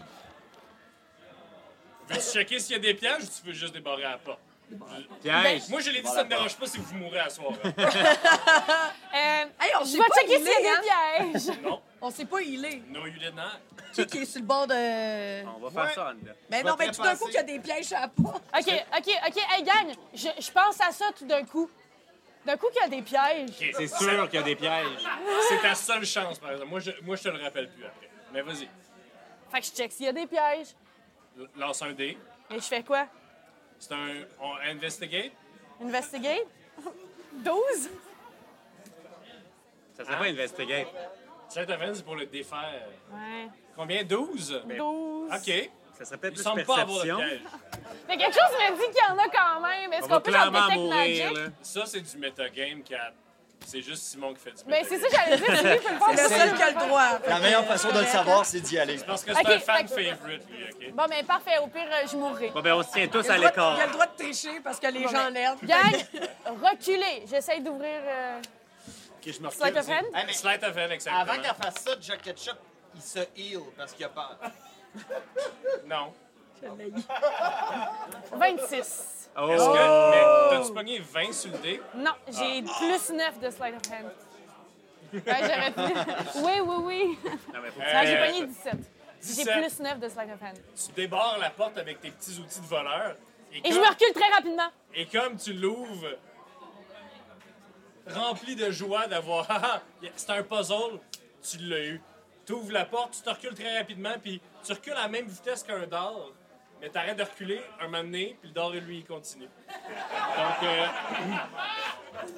Veux-tu checker s'il y a des pièges ou tu veux juste débarrer la porte?
Pièges.
Moi, je l'ai dit, ça ne me dérange pas si vous mourrez à soir. hein.
Euh,
Hey, on
je
s'est
vais
pas
checker s'il y
healé,
a
hein?
des pièges.
non,
On s'est pas healé.
no, you did not.
Qui qui est sur le bord de.
On va faire
Ouais.
ça, en dedans.
Mais
va
non, mais
te
tout d'un
repasser.
coup, qu'il y a des pièges à la porte.
OK, OK, OK. Hey, gang, je, je pense à ça tout d'un coup. D'un coup qu'il y a des pièges.
Ok,
C'est sûr qu'il y a des pièges.
C'est ta seule chance, par exemple. Moi, je, moi, je te le rappelle plus après. Mais vas-y,
Fait que je check s'il y a des pièges.
l- lance un dé.
Et je fais quoi?
C'est un. On investigate.
Investigate? 12?
Ah.
Ça serait pas investigate.
Saint Evans pour le défaire.
Ouais.
Combien 12
12.
Ah.
Ok. Il
Ça serait peut-être
ne
plus
semble pas avoir de
perception.
piège.
Mais quelque chose me dit qu'il y en a quand même. Est-ce
On
qu'on
va
peut genre
clairement
Detect
mourir,
Magic?
là.
Ça, c'est du metagame, Cat. C'est juste Simon qui fait du
Ben,
metagame.
c'est ça que j'allais dire. C'est lui qui peut le faire. moi,
C'est le seul
je
qui a
peux
le
pas.
droit.
La meilleure façon de le savoir, c'est d'y aller.
Parce que c'est
Ok,
un fan
fait que-
favorite, lui, ok?
Bon, ben, parfait. Au pire, euh, je mourrai.
Bon, ben, on se tient tous
Il a
à
le droit-
l'écart.
il a le droit de tricher parce que les
Bon,
gens
ben,
l'aiment.
Gang, reculez. J'essaye d'ouvrir. euh,
Ok, je me
Sleight
recule,
of hand?
c'est-
Hey, mais-
Sleight of hand, exactement.
Avant qu'elle fasse ça, Jack Ketchup, il se heal parce qu'il a peur.
Non.
26.
Oh!
Est-ce que. Mais t'as-tu pogné 20 sur le dé?
Non, j'ai
Ah.
plus 9 de slide of hand. Ouais, j'aurais pu- oui, oui, oui.
Non, mais faut-
Non, j'ai
Euh,
pogné 17. J'ai
17.
plus 9 de slide of hand.
Tu débarres la porte avec tes petits outils de voleur.
Et je
Ah.
comme-
me recule très rapidement.
Et comme tu l'ouvres, rempli de joie d'avoir. Haha, C'est un puzzle, tu l'as eu. Tu ouvres la porte, tu te recules très rapidement, puis tu recules à la même vitesse qu'un dard, mais tu arrêtes de reculer un moment donné, puis le dard, lui, il continue. Donc, euh,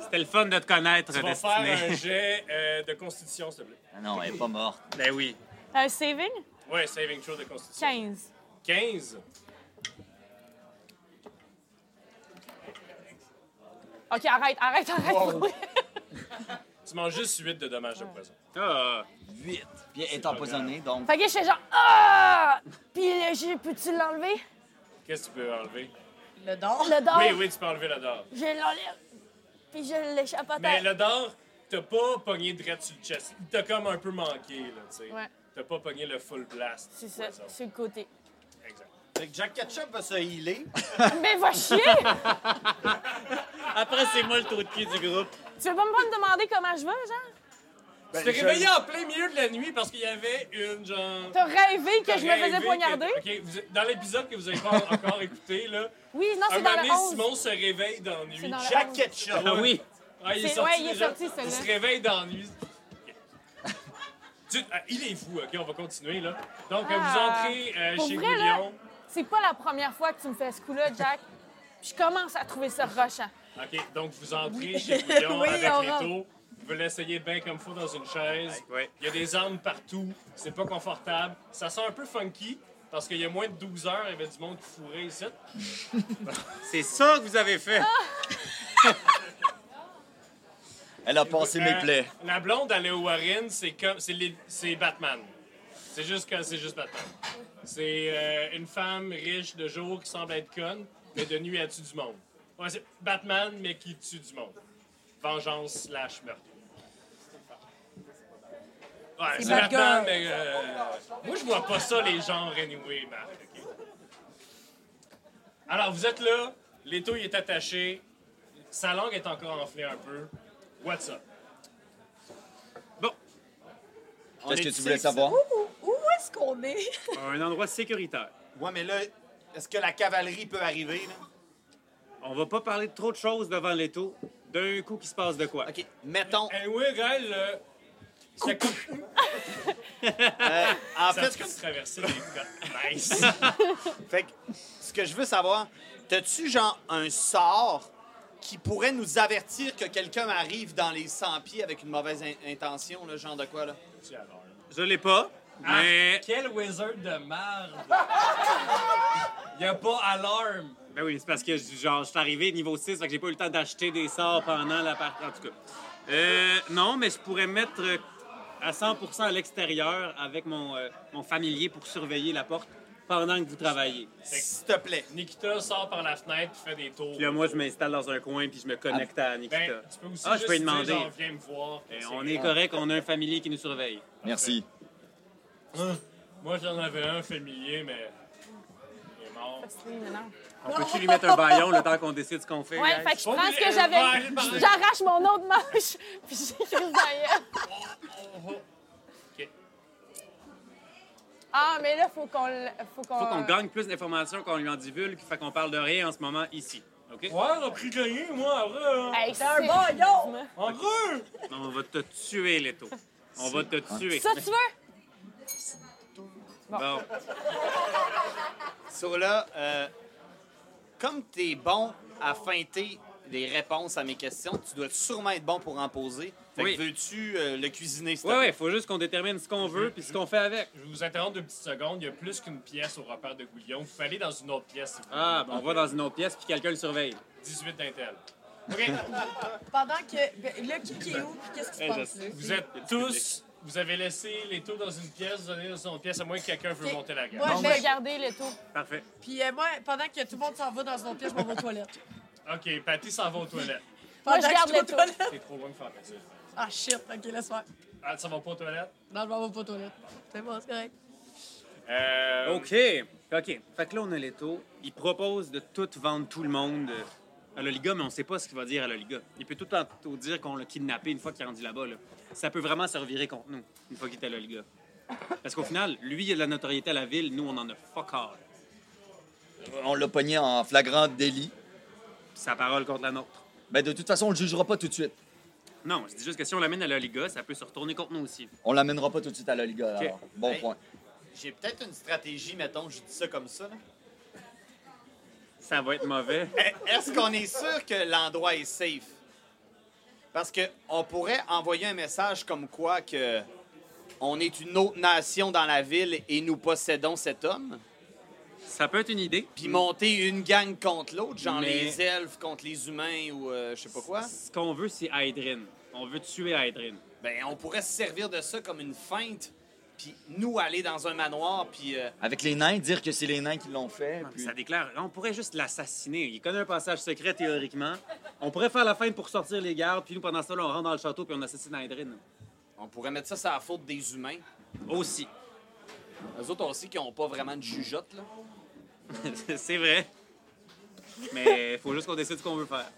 C'était le fun de te connaître,
tu vas faire un
Destiné.
jet euh, de constitution, s'il te plaît.
Ah non, elle est pas morte.
Ben oui.
Un Euh, saving?
Ouais, saving throw de constitution.
15.
15.
OK, arrête, arrête, arrête.
Tu manges juste 8 de dommages de poison.
Ah,
8. Puis elle est empoisonnée, donc.
Fait que je fais genre Ah! Puis là, je peux-tu l'enlever?
Qu'est-ce que tu peux enlever?
Le dort.
Le dard,
Oui, oui, tu peux enlever le dard.
je l'enlève. Puis je l'échappe à
Mais
terre.
le dard, t'as pas pogné direct sur le chest. Il t'a comme un peu manqué, là, tu sais.
Ouais.
T'as pas pogné le full blast.
C'est
du
ça,
poison.
c'est le côté.
Exact.
Fait que Jack Ketchup va se healer.
Mais va chier!
Après, c'est moi le trou de cul du groupe.
tu veux pas me pas me demander comment je vais, genre?
Tu t'es réveillé en plein milieu de la nuit parce qu'il y avait une genre.
T'as rêvé que
T'as
je me
rêvé
faisais
que-
poignarder?
OK, vous- dans l'épisode que vous avez pas encore écouté, là,
Oui, non,
un
Ah, c'est dans
moment
la
donné,
11.
Simon se réveille dans la nuit.
dans la
Jack
onze.
Ketchup.
Ah oui!
Ah, il est
C'est-
sorti,
ouais, il est
déjà.
sorti,
Il se
celui-là.
réveille dans la nuit. Tu- ah, il est fou, OK? On va continuer, là. Donc,
Ah.
vous entrez euh,
Pour
chez
vrai, là,
Bouillon.
c'est pas la première fois que tu me fais ce coup-là, Jack. Je commence à trouver ça rochant.
OK, donc vous entrez chez Bouillon
Oui,
avec
on rentre.
les taux. Vous l'essayez bien comme faut dans une chaise.
Ouais.
Il y a des armes partout. C'est pas confortable. Ça sent un peu funky parce qu'il y a moins de 12 heures, il y avait du monde qui fourrait ici.
C'est ça que vous avez fait!
Ah.
Elle a passé mes
Euh,
plaies.
La blonde à Léo Warren, c'est comme c'est les- c'est Batman. C'est juste que c'est juste Batman. C'est euh, une femme riche de jour qui semble être conne, mais de nuit elle tue du monde. Ouais, c'est Batman mais qui tue du monde. Vengeance slash meurtre. Ouais, c'est
Batgirl.
Batman, mais euh, moi je vois pas ça les genres anyway, Marc. ok. Alors vous êtes là, l'étau il est attaché, sa langue est encore enflée un peu. What's up?
Bon,
On
Qu'est-ce
est
que tu
ici,
voulais
c'est ça?
savoir?
Où est-ce qu'on est?
un endroit sécuritaire.
Ouais, mais là, est-ce que la cavalerie peut arriver? Là?
On va pas parler de trop de choses devant l'étau. D'un coup, qui se passe de quoi?
OK, mettons.
Eh oui, regarde, là. C'est comme
euh, En
ça
fait,
tu traverser les gars. Nice.
Fait que, ce que je veux savoir, t'as-tu genre un sort qui pourrait nous avertir que quelqu'un arrive dans les 100 pieds avec une mauvaise in- intention, le genre de quoi là
Je l'ai pas, mais.
Ah, Quel wizard de merde! Y a pas alarme!
Ben oui, c'est parce que genre, je suis arrivé niveau 6, fait que j'ai pas eu le temps d'acheter des sorts pendant la partie. En tout cas. Euh, non, mais je pourrais mettre euh, à 100% à l'extérieur avec mon, euh, mon familier pour surveiller la porte pendant que vous travaillez.
S'il te plaît.
Nikita sort par la fenêtre et fait des tours.
Puis là, moi, je m'installe dans un coin puis je me connecte à Nikita.
ben, tu peux aussi
ah, je
juste
peux lui
dire,
demander.
genre, viens me voir.
Eh,
C'est-
on est correct, on a un familier qui nous surveille.
Merci.
Moi, j'en avais un familier, mais... Il est mort.
On peut-tu lui mettre un baillon le temps qu'on décide ce qu'on fait?
Ouais,
guys?
fait que je
Faut
prends ce que
oublier- Ouais,
j'avais.
pardon.
J'arrache mon autre manche, puis j'écris derrière. Ah, mais là, faut qu'on. l- Faut qu'on.
Faut qu'on gagne plus d'informations qu'on lui en divulgue, fait qu'on parle de rien en ce moment ici. OK?
Ouais, on a pris de rien, moi, en vrai. hein.
Hey,
C'est un baillon!
En vrai!
On va te tuer, Leto. On va te tuer.
Ça, tu veux?
Bon.
So là, euh, comme t'es bon à feinter les réponses à mes questions, tu dois sûrement être bon pour en poser. Fait
Oui.
que veux-tu euh, le cuisiner, s'il te
Ouais,
plaît?
ouais, faut juste qu'on détermine ce qu'on veut puis ce qu'on fait avec.
Je vais vous interrompre deux petites secondes. Il y a plus qu'une pièce au repère de Gouillon. Vous pouvez aller dans une autre pièce. si vous voulez.
Ah, ben, on va dans une autre pièce puis quelqu'un le surveille.
18 d'intel.
Pendant que. ben, Là, qui qui est où? Puis qu'est-ce qui se
Eh, je
passe
sais.
là?
Vous êtes tous. Vous avez laissé les taux dans une pièce, vous allez dans une autre pièce, à moins que quelqu'un veuille
Ok.
monter la garde.
Moi,
Je
je
vais
vais.
garder le tour.
Parfait.
Puis euh, moi, pendant que tout le monde s'en va dans son piège, je m'en vais aux toilettes.
Ok, Patty s'en va aux toilettes.
Moi,
Pendant
je
que
garde
suis aux
le tour.
toilettes.
C'est trop loin de faire ça.
Ah shit, ok, laisse faire.
Ah, ça va pas aux toilettes?
Non, je m'en vais pas aux toilettes. C'est bon, c'est correct.
Euh.
OK. OK. Fait que là, on a Leto. Il propose de tout vendre tout le monde euh, à l'oliga, mais on sait pas ce qu'il va dire à l'oliga. Il peut tout tantôt dire qu'on l'a kidnappé une fois qu'il est rendu là-bas. là. Ça peut vraiment se revirer contre nous une fois qu'il est à l'oliga. Parce qu'au final, lui, il a de la notoriété à la ville. Nous, on en a fuck all.
On l'a pogné en flagrant délit.
Sa parole contre la nôtre.
Ben, de toute façon, on le jugera pas tout de suite.
Non, je dis juste que si on l'amène à l'oliga, ça peut se retourner contre nous aussi.
On l'amènera pas tout de suite à la Liga.
Ok.
alors. Bon
Hey.
point.
J'ai peut-être une stratégie, mettons, je dis ça comme ça. là.
Ça va être mauvais.
Eh, Est-ce qu'on est sûr que l'endroit est safe? Parce que on pourrait envoyer un message comme quoi que on est une autre nation dans la ville et nous possédons cet homme,
Ça peut être une idée.
puis monter une gang contre l'autre, genre
Mais-
les elfes contre les humains ou euh, je sais pas quoi.
Ce qu'on veut, c'est Aedrin. On veut tuer Aedrin.
Ben on pourrait se servir de ça comme une feinte, puis nous aller dans un manoir, puis euh,
Avec les nains, dire que c'est les nains qui l'ont fait.
Non, mais
puis-
Ça déclare. On pourrait juste l'assassiner. Il connaît un passage secret théoriquement. On pourrait faire la feinte pour sortir les gardes, puis nous, pendant ça, on rentre dans le château puis on assassine Aedrin.
on pourrait mettre ça sur la faute des humains.
Aussi.
Les autres aussi qui ont pas vraiment de jugeote là.
c'est vrai. Mais il faut juste qu'on décide ce qu'on veut faire.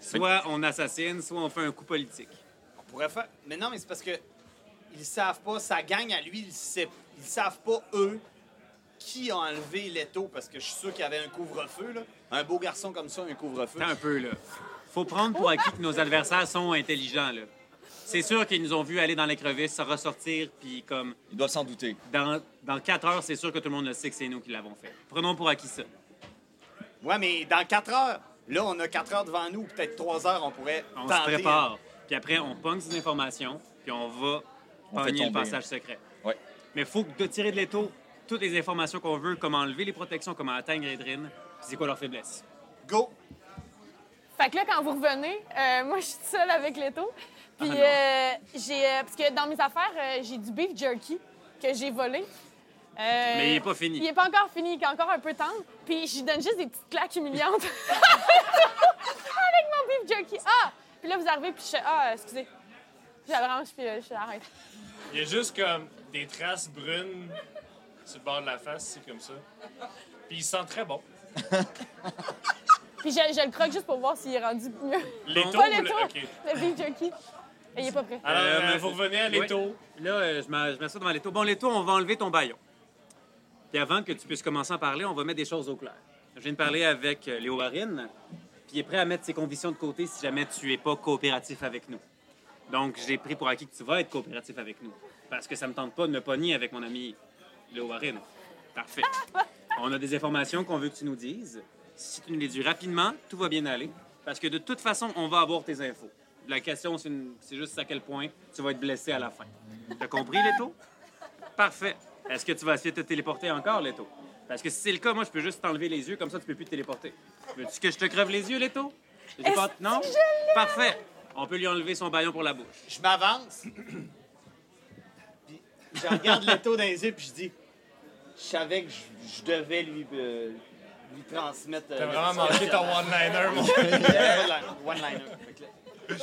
Soit on assassine, soit on fait un coup politique.
On pourrait faire. Mais non, mais c'est parce que ils savent pas, sa gang à lui, ils, sait- ils savent pas, eux, qui a enlevé Leto, parce que je suis sûr qu'il y avait un couvre-feu, là. Un beau garçon comme ça, un couvre-feu.
Attends un peu, là. Faut prendre pour acquis que nos adversaires sont intelligents, là. C'est sûr qu'ils nous ont vu aller dans les crevisses, se ressortir, puis comme
Ils doivent s'en douter.
dans, dans 4 heures, c'est sûr que tout le monde le sait que c'est nous qui l'avons fait. Prenons pour acquis ça.
Ouais, mais dans 4 heures. Là, on a 4 heures devant nous, peut-être 3 heures, on pourrait
On
tenter. hein.
se prépare. Puis après, on pogne des informations, puis on va
On fait
pogner le
tomber.
passage secret.
Ouais.
Mais faut que de tirer de l'étau toutes les informations qu'on veut, comment enlever les protections, comment atteindre Edrine, puis c'est quoi leur faiblesse.
Go!
Fait que là, quand vous revenez, euh, moi, je suis seule avec Leto. Puis,
Ah, non.
euh, j'ai. euh, parce que dans mes affaires, euh, j'ai du beef jerky que j'ai volé. Euh,
Mais il est pas fini.
Il est pas encore fini, il est encore un peu tendre. Puis, je lui donne juste des petites claques humiliantes. avec mon beef jerky. Ah! Puis là, vous arrivez, puis je fais, Ah, excusez. J'avais vraiment, puis euh, je arrête.
Il y a juste comme des traces brunes sur le bord de la face, c'est comme ça. Puis il sent très bon.
Puis, je, je le croque juste pour voir s'il est rendu mieux.
L'étau,
Pas
le-
Leto,
OK.
le beef jerky. Et il est pas prêt.
Alors,
Euh,
euh,
mais-
vous revenez à l'étau.
Ouais. Là, euh, je m'a- je m'assois devant l'étau. Bon, l'étau, on va enlever ton baillon. Puis avant que tu puisses commencer à parler, on va mettre des choses au clair. Je viens de parler avec euh, Léo Warren, puis il est prêt à mettre ses convictions de côté si jamais tu es pas coopératif avec nous. Donc, j'ai pris pour acquis que tu vas être coopératif avec nous. Parce que ça me tente pas de me pogner avec mon ami Léo Warren. Parfait. On a des informations qu'on veut que tu nous dises. Si tu nous les dis rapidement, tout va bien aller. Parce que de toute façon, on va avoir tes infos. La question, c'est une- c'est juste à quel point tu vas être blessé à la fin. T'as compris, Leto? Parfait. Est-ce que tu vas essayer de te téléporter encore, Leto? Parce que si c'est le cas, moi, je peux juste t'enlever les yeux, comme ça, tu peux plus te téléporter. Veux-tu que je te creve les yeux, Leto? J'ai pas- Non? Parfait. On peut lui enlever son baillon pour la bouche.
Je m'avance. Puis je regarde Leto dans les yeux, puis je dis Je savais que je, je devais lui, euh, lui transmettre. euh,
T'as
le
vraiment
message.
manqué ton one-liner, mon
One-liner. Fait que là,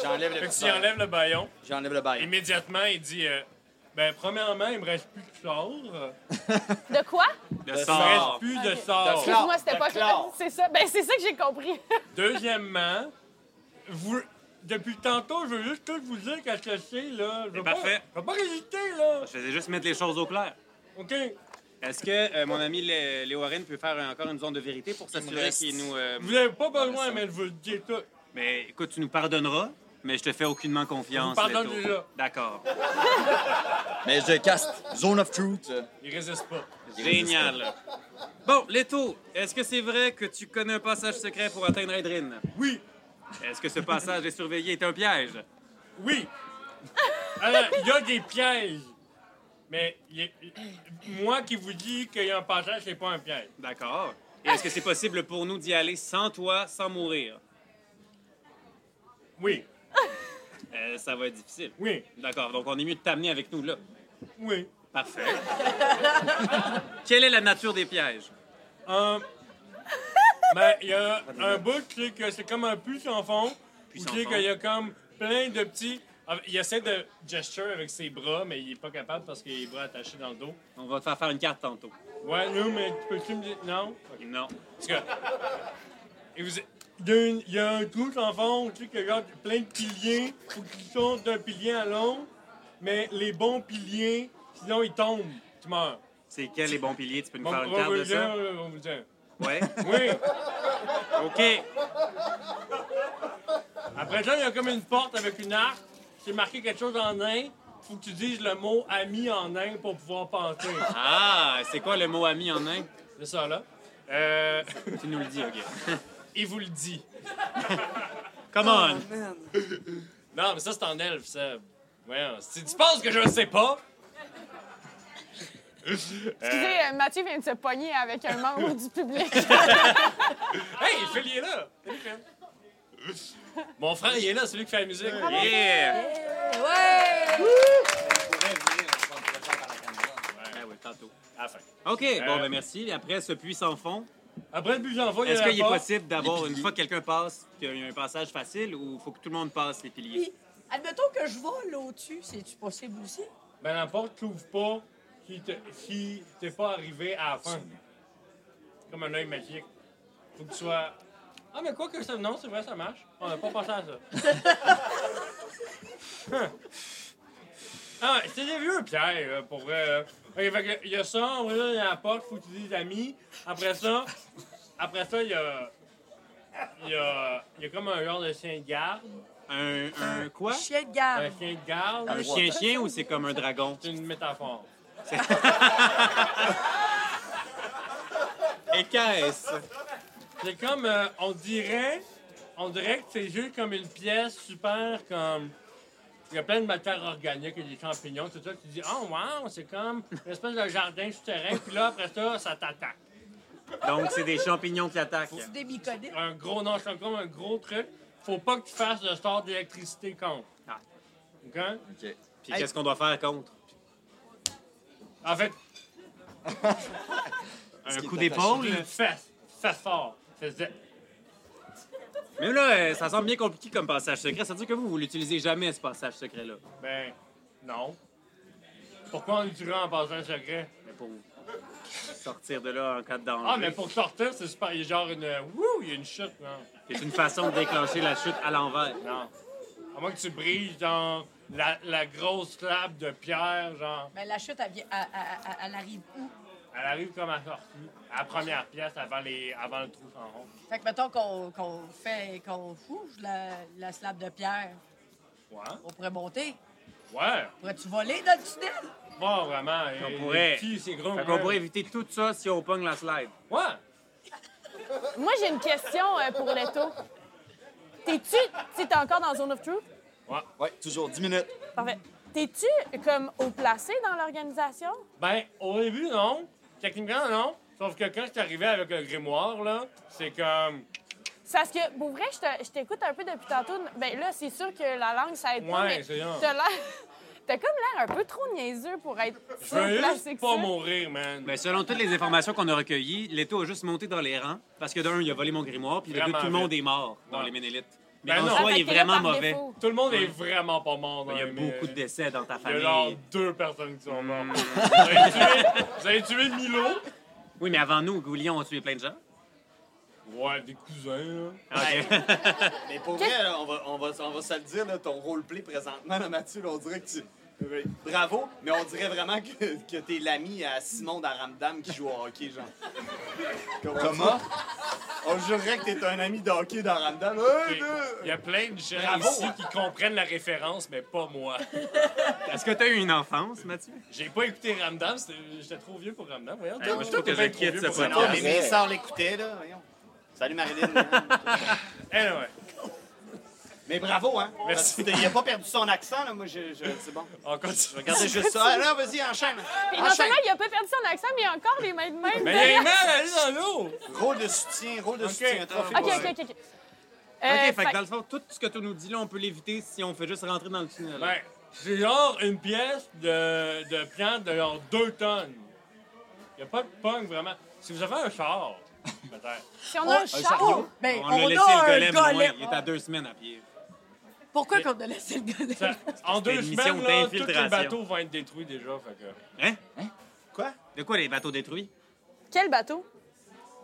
J'enlève le
Fait que
petit
tu y
bail.
enlèves le baillon,
J'enlève le bail.
immédiatement, il dit euh, Ben, premièrement, il me reste plus de sort.
De quoi?
Le
Il me reste
sort.
plus de sort.
Clore,
Excuse-moi, c'était
de
pas clair.
clore.
C'est ça. Ben, c'est ça que j'ai compris.
Deuxièmement, vous. Depuis tantôt, je veux juste tout vous dire qu'est-ce que c'est, là. Je veux
C'est
pas-
parfait.
Je veux pas résister, là.
Je faisais juste mettre les choses au clair.
OK.
Est-ce que euh, mon ami Lé- Léo Warren peut faire euh, encore une zone de vérité pour
me
s'assurer
reste-
qu'il nous... euh,
Vous avez pas besoin, mais je vous le dis tout.
Mais écoute, tu nous pardonneras, mais je te fais aucunement
Je
confiance,
vous pardonne
Leto.
déjà.
D'accord.
Mais je caste Zone of Truth. euh,
Il résiste pas.
Génial. Bon, Leto, est-ce que c'est vrai que tu connais un passage secret pour atteindre Edrine?
Oui,
Est-ce que ce passage est surveillé est un piège?
oui. Alors, il y a des pièges. Mais il est- moi qui vous dis qu'il y a un passage, c'est pas un piège.
D'accord. Et est-ce que c'est possible pour nous d'y aller sans toi, sans mourir?
Oui,
Euh, ça va être difficile.
oui,
D'accord, donc on est mieux de t'amener avec nous là.
oui.
Parfait. Quelle est la nature des pièges?
Euh, ben, il y a un bout, c'est que c'est comme un puits sans fond. Puis
sans fond.
qu'il y a comme plein de petits. Ah, Il essaie de gesture avec ses bras, mais il est pas capable parce qu'il a les bras attachés dans le dos.
On va te faire faire une carte tantôt.
Ouais, non, mais tu peux-tu me dire. Non?
Non.
Parce que. Et vous- Il y a une- il y, a un trou sans fond, tu sais, qu'il y a plein de piliers. Faut qu'ils sortent d'un pilier à l'autre. Mais les bons piliers, sinon ils tombent. Tu meurs.
C'est quel les bons piliers? Tu peux nous
On,
faire une
on
carte
vous
de
le dit,
ça?
on- on vous le dit.
Ouais.
Oui!
OK.
Après ça, il y a comme une porte avec une arc. C'est marqué quelque chose en nain. Faut que tu dises le mot ami en nain pour pouvoir penser.
Ah, c'est quoi le mot ami en nain?
C'est ça, là. Euh,
Tu nous le dis, OK.
il vous le dit.
Come on!
Non, mais ça, c'est en elfe, ça. Voyons, si tu penses que je le sais pas,
Excusez, euh, Mathieu vient de se pogner avec un membre du public.
hey, il fait lier là. Salut, Phil. Mon frère, il est là, celui qui fait la musique.
Yeah!
Ouais!
Ah oui, tantôt.
À la fin.
OK,
Euh.
bon, ben merci. Après ce puits sans fond,
Après le but d'envoi, il y
est-ce
a
qu'il
la
est
porte.
possible d'avoir, une fois que quelqu'un passe, qu'il y a un passage facile ou faut que tout le monde passe les piliers?
Puis, admettons que je vole au-dessus, c'est-tu possible aussi?
Ben, la porte t'ouvre pas si te- si t'es pas arrivé à la fin. Comme un œil magique. Faut que tu sois. Ah, mais quoi que ça. Non, c'est vrai, ça marche. On n'a pas pensé à ça. Ah, c'est des vieux Pierre, euh, pour vrai. là. Ok, fait que, il y a ça, après ça, il y a la porte, faut que tu dises amis. Après ça, après ça, il y a. Il y a, il y a comme un genre de chien de garde.
Un, un quoi?
Chien de
Un
garde.
chien de garde.
Un chien-chien ou c'est comme un dragon?
C'est une métaphore.
Et qu'est-ce?
C'est comme, euh, on dirait, on dirait que c'est juste comme une pièce super, comme, il y a plein de matière organique et des champignons, tout ça. Tu dis, oh wow, c'est comme une espèce de jardin souterrain, puis là, après ça, ça t'attaque.
Donc, c'est des champignons qui attaquent.
C'est des myconides.
Un gros, non, c'est comme un gros truc. Faut pas que tu fasses de sort d'électricité contre.
Ah.
OK?
OK.
Puis qu'est-ce qu'on doit faire contre?
En fait,
Un
qui
coup
est
d'épaule?
une fesse, fesse fort. Fesse de-
Même là, euh, ça semble bien compliqué comme passage secret. Ça veut dire que vous, vous l'utilisez jamais, ce passage secret-là.
Ben, non. Pourquoi on l'utiliserait en passant secret?
Mais pour sortir de là en cas de danger.
Ah, mais pour sortir, c'est super. Il y a genre une. Wouh, il y a une chute, non?
C'est une façon de déclencher la chute à l'envers.
Non. À moins que tu brises dans la, la grosse slab de pierre, genre.
Mais la chute, elle, vient- elle- elle- elle- elle arrive où?
Elle arrive comme à sortie, à la première pièce avant, les, avant le trou sans rond.
Fait que mettons qu'on qu'on fait, qu'on fout la, la slab de pierre,
Ouais.
on pourrait monter.
Ouais.
Pourrais-tu voler dans le tunnel?
Pas vraiment. Et-
On
et
pourrait.
Puis c'est gros.
Fait
hein.
qu'on pourrait éviter tout ça si on pogne la slide.
Ouais.
Moi, j'ai une question euh, pour Leto. T'es-tu. Tu sais, t'es encore dans Zone of Truth?
Ouais, toujours 10 minutes.
Parfait. T'es-tu comme au placé dans l'organisation?
Ben, au début, non. Techniquement, non. Sauf que quand c'est arrivé avec le grimoire, là, c'est comme.
C'est Parce que, pour vrai, je te- je t'écoute un peu depuis tantôt. Ben là, c'est sûr que la langue, ça aide pas,
Ouais,
mais
c'est bien.
t'as l'air... T'as comme l'air un peu trop niaiseux pour être
Je
sur
veux
place
juste pas mourir, man.
Mais selon toutes les informations qu'on a recueillies, Leto a juste monté dans les rangs parce que d'un, il a volé mon grimoire, puis de deux,
Vraiment
tout le monde
vite.
est mort dans
Ouais.
les Ménélites. Mais
Ben
Ah,
en
non.
soi, il est vraiment mauvais.
Tout le monde est vraiment pas mort.
Il Ben, y a
hein, mais-
beaucoup de Mm. décès dans ta
Il y a genre
famille.
deux personnes qui sont mortes. vous, avez tué, vous avez tué Milo.
Oui, mais avant nous, Goulion a tué plein de gens.
Ouais, des cousins, là.
Mais pour vrai, là, on, va, on, va, on va se le dire, là, ton roleplay présentement, là, Mathieu, là, on dirait que tu. Oui, Bravo, mais on dirait vraiment que, que t'es l'ami à Simon d'Aramdam qui joue au hockey, genre.
Comment?
On jurerait que t'es un ami de hockey d'Aramdam. Hey,
Il y a plein de gens
Bravo,
ici
hein.
qui comprennent la référence, mais pas moi.
Est-ce que t'as eu une enfance, Mathieu?
J'ai pas écouté Ramdam, c'était- j'étais trop vieux pour Ramdam. Voyons,
Eh, moi, je trouve que
bien
je quitte
trop
ce
vieux pour
podcast.
non, mais mes sœurs l'écoutaient, là, voyons. Salut Marilyn.
Anyway,
mais bravo, hein.
Merci.
Parce que Il a pas perdu son accent, là, moi, je, je- c'est bon.
on continue.
Regardez juste ça. Ah, Là, vas-y, enchaîne.
Et non
Enchaîne.
seulement il a pas perdu son accent, mais il a encore les mains de même.
Mais il y a une main, elle est dans l'eau!
Rôle de soutien, rôle de soutien, trophée.
OK,
pour-
OK, OK, OK. Euh,
OK, fait
fait-
que dans le fond, tout ce que tu nous dis là, on peut l'éviter si on fait juste rentrer dans le tunnel.
Ben, c'est genre une pièce de, de plantes de genre 2 tonnes. Il a pas de punk vraiment. Si vous avez un char, peut-être.
Si on a
euh,
un char...
Oh! Ben,
on
on,
l'a laissé
a
le
un
golem, loin.
golem.
Il est à deux semaines à pied.
Pourquoi qu'on a laissé le golem?
Ça- en deux
une mission
semaines, là, tous les
d'infiltration.
bateaux vont être détruits déjà. Fait que...
Hein?
Quoi?
De quoi les bateaux détruits?
Quel bateau?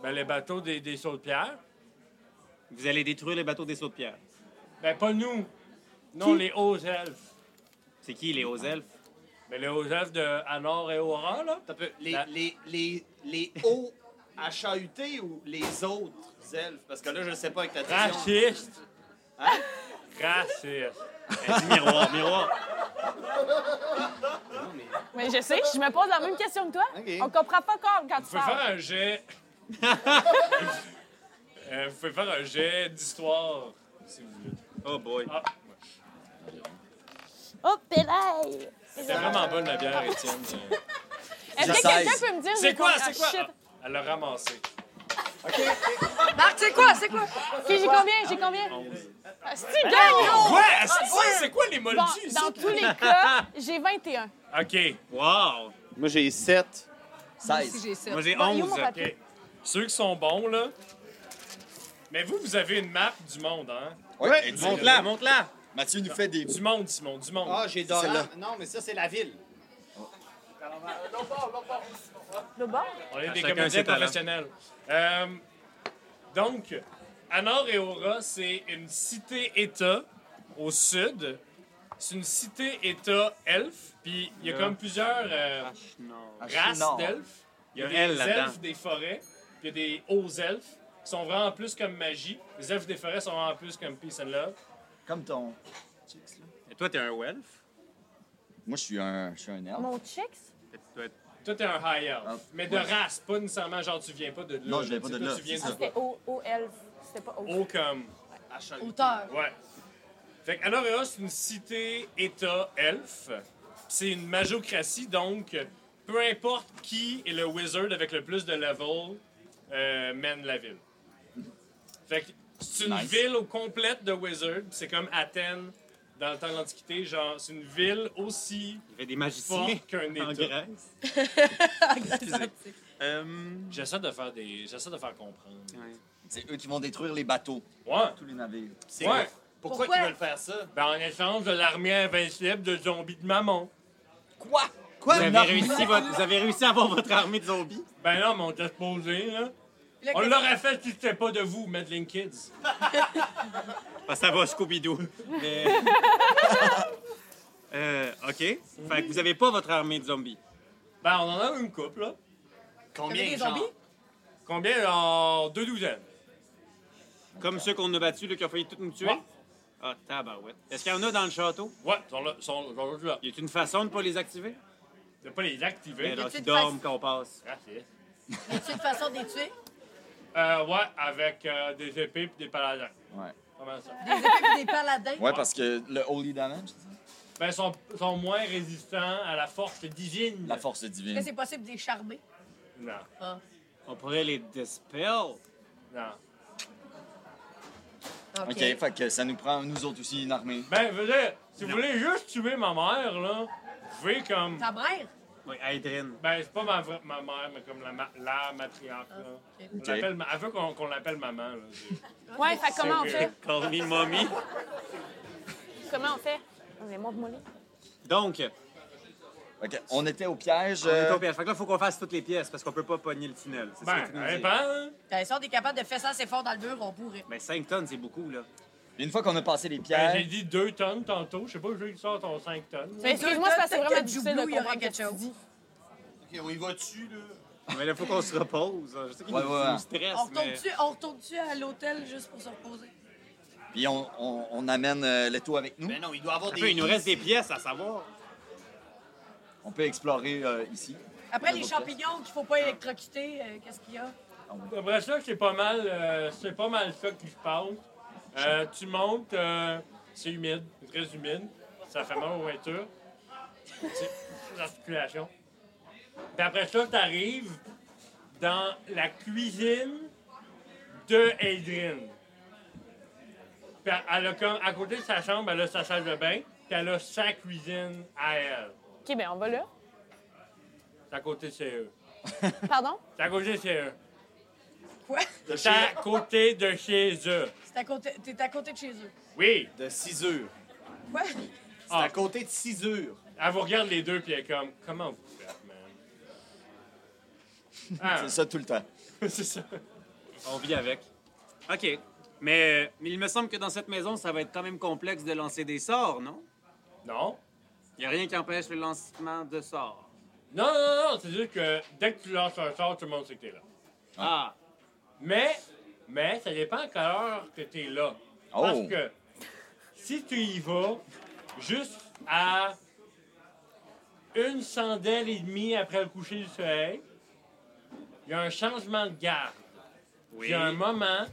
Ben, les bateaux des, des sauts de pierre.
Vous allez détruire les bateaux des sauts de pierre.
Ben, pas nous. Non, les hauts elfes.
C'est qui, les hauts elfes?
Ben, les hauts elfes de Anor et Oran, là.
T'as peu- Les,
La-
les, les, les hauts HAUT ou les autres elfes? Parce que là, je sais pas avec ta tradition.
Raciste! Hein? Raciste!
Eh, dis miroir, miroir.
Mais je sais, je me pose la même question que toi.
OK.
On comprend pas encore quand tu
Vous pouvez
parles.
faire un jet. Euh, vous pouvez faire un jet d'histoire, si vous voulez.
Oh boy.
Ah, ouais.
Oh, pélaille!
c'est vraiment bonne la bière, Étienne. Euh,
Est-ce que
J'essaie.
quelqu'un peut me dire...
C'est
j'ai
quoi,
combien-
c'est quoi?
Ah, shit.
Ah, elle l'a ramassé.
Marc, c'est quoi? C'est quoi?
OK, j'ai combien? J'ai combien? Ah, C'est-tu gagne?
Ouais, Ah, c'est quoi les moldus?
Bon, dans tous les cas, j'ai 21.
Ok,
Wow!
Moi, j'ai 7.
16.
J'ai sept.
Moi, j'ai
Bon, il est où
11.
mon papier?
ok. Ceux qui sont bons, là. Mais vous, vous avez une map du monde, hein?
Ouais, et dis-le.
Monte-la, monte-la!
Mathieu nous fait des.
Du monde, Simon, du monde.
Ah, j'ai Doran.
Celle-là.
Non, mais ça, c'est la ville.
Le bord?
On est des
chacun
comédiens
ses talents.
professionnels. Euh, donc, Anor et Aura, c'est une cité-État au sud C'est une cité-État elfe, puis il y a
Là.
comme plusieurs euh,
Non.
races
non.
d'elfes. Il y a
Il y a
des
elle là-dedans.
elfes des forêts, puis il y a des hauts elfes qui sont vraiment plus comme magie. Les elfes des forêts sont vraiment plus comme peace and love.
Comme ton.
Et toi, t'es un elf?
Moi, je suis un, je suis un elfe.
Mon chicks?
Toi, t'es un high elf,
Ah,
mais de
ouais.
race, pas nécessairement genre tu viens pas de là.
Non, je viens
là,
pas
tu sais,
de
toi,
là,
Tu viens
c'est
Ah,
ça.
du
c'était O, O, elf. C'était pas O.
haut comme.
Hauteur.
Ouais. Fait que Alorea, c'est une cité-État elfe. Puis C'est une majocratie, donc peu importe qui est le wizard avec le plus de level, euh, mène la ville. Fait que c'est une
Nice.
ville au complète de wizards. C'est comme Athènes dans le temps de l'Antiquité. Genre, c'est une ville aussi
Il y avait des magiciens
forte qu'un
en
État.
Grèce. Excusez. Euh,
J'essaie de faire des. J'essaie de faire comprendre.
ouais.
C'est eux qui vont détruire les bateaux,
Ouais.
tous les navires.
C'est
Ouais.
Pourquoi,
Pourquoi?
ils veulent faire ça?
Ben, en échange de l'armée invincible de zombies de maman.
Quoi?
Vous, avez réussi votre- vous avez réussi à avoir votre armée de zombies?
Ben non, mais on t'a posé, là.
Puis là,
On
qu'est-ce-
l'aurait fait si c'était pas de vous, Meddling Kids.
Parce que ça va Scooby-Doo. Mais... Euh, OK. Fait que vous avez pas votre armée de zombies.
Ben, on en a une couple, là.
T'avais
Combien,
des
genre?
zombies?
Combien en deux douzaines?
Comme ceux qu'on a battus, là, qui ont failli tout nous tuer.
Ouais.
Ah, tabarouette. Est-ce qu'il y en a dans le château?
Ouais, ils sont là. ils sont- ils sont là.
Y a une façon de pas les activer?
De pas les activer.
Mais là,
tu
ils
une
dorment
face-
quand on passe.
Parfait.
Y a-tu une façon de les tuer?
Euh, ouais, avec euh, des épées pis des paladins.
Ouais.
Comment ça?
Des épées puis des paladins?
Ouais, parce que le Holy Damage,
Ben, ils sont, ils sont moins résistants à la force divine.
la force
Est-ce que
divine.
c'est possible de les charmer?
Non,
Ah.
On pourrait les dispel.
non.
OK.
Ok, fait que ça nous prend, nous autres aussi, une armée.
Ben, je veux dire, si vous voulez juste tuer ma mère, là, vous pouvez comme.
Ta mère?
Oui, Adrien.
Ben, c'est pas ma, vraie- ma mère, mais comme la, ma- la matriarche, là. On
Ok.
l'appelle ma- Elle veut qu'on qu'on l'appelle maman, là.
Ouais, fait comment on fait?
Call me mommy.
Comment on fait? On est monte mollet.
Donc, on
Ok, on était au piège.
est
euh,
au piège. Fait que là, faut qu'on fasse toutes les pièces parce qu'on peut pas pogner le tunnel. C'est ça
Ben,
que tu nous
elle
dis.
Ben, si on est capable de faire ça assez fort dans le mur, on pourrait.
Ben, 5 tonnes, c'est beaucoup, là.
Une fois qu'on a passé les
Ben, j'ai
pièges,
dit 2 tonnes tantôt. Je sais pas où j'ai sort ton 5 tonnes.
Mais excuse-moi, c'est parce que c'est
Peut-être
vraiment
que
difficile de
Joublou, il y aurait
comprendre
quelque
ce que tu
chose.
dis.
Ok, on y va dessus, là.
Mais là, faut qu'on se repose. Je sais qu'il
Ouais,
nous,
ouais,
nous
ouais.
stresse,
On retourne
mais...
dessus, on retourne dessus à l'hôtel juste pour se reposer.
puis on, on- on amène euh, le tout avec nous.
Ben non, il doit avoir
Attends,
des.
il nous reste des pièces à savoir.
On peut explorer euh, ici.
Après,
De
les
vos
champignons qu'il faut pas électrocuter, euh, qu'est-ce qu'il y a?
Après ça, c'est pas mal, euh, c'est pas mal ça qui se passe. Euh, tu montes, euh, c'est humide, c'est très humide. Ça fait mal aux voitures. C'est la circulation. Puis après ça, t'arrives dans la cuisine de Adrian. Puis elle a comme, à côté de sa chambre, elle a sa salle de bain, puis elle a sa cuisine à elle.
OK, ben on va là.
C'est à côté de chez eux.
Pardon?
C'est à côté de chez eux.
Quoi?
C'est à côté de chez eux.
C'est à côté- T'es à côté de chez eux.
Oui.
De cisure.
Quoi?
C'est à côté de cisure.
Elle vous regarde les deux, puis elle est comme, comment vous faites, man? Ah,
C'est ça tout le temps.
c'est ça.
On vit avec. OK. Mais, mais il me semble que dans cette maison, ça va être quand même complexe de lancer des sorts, non?
Non.
Il a rien qui empêche le lancement de sorts.
Non, non, non, c'est juste que dès que tu lances un sort, tout le monde sait que t'es là.
Ah!
Mais, mais, ça dépend à quelle heure que t'es là.
Oh.
Parce que si tu y vas juste à une chandelle et demie après le coucher du soleil, il y a un changement de garde.
Oui.
Il y a un moment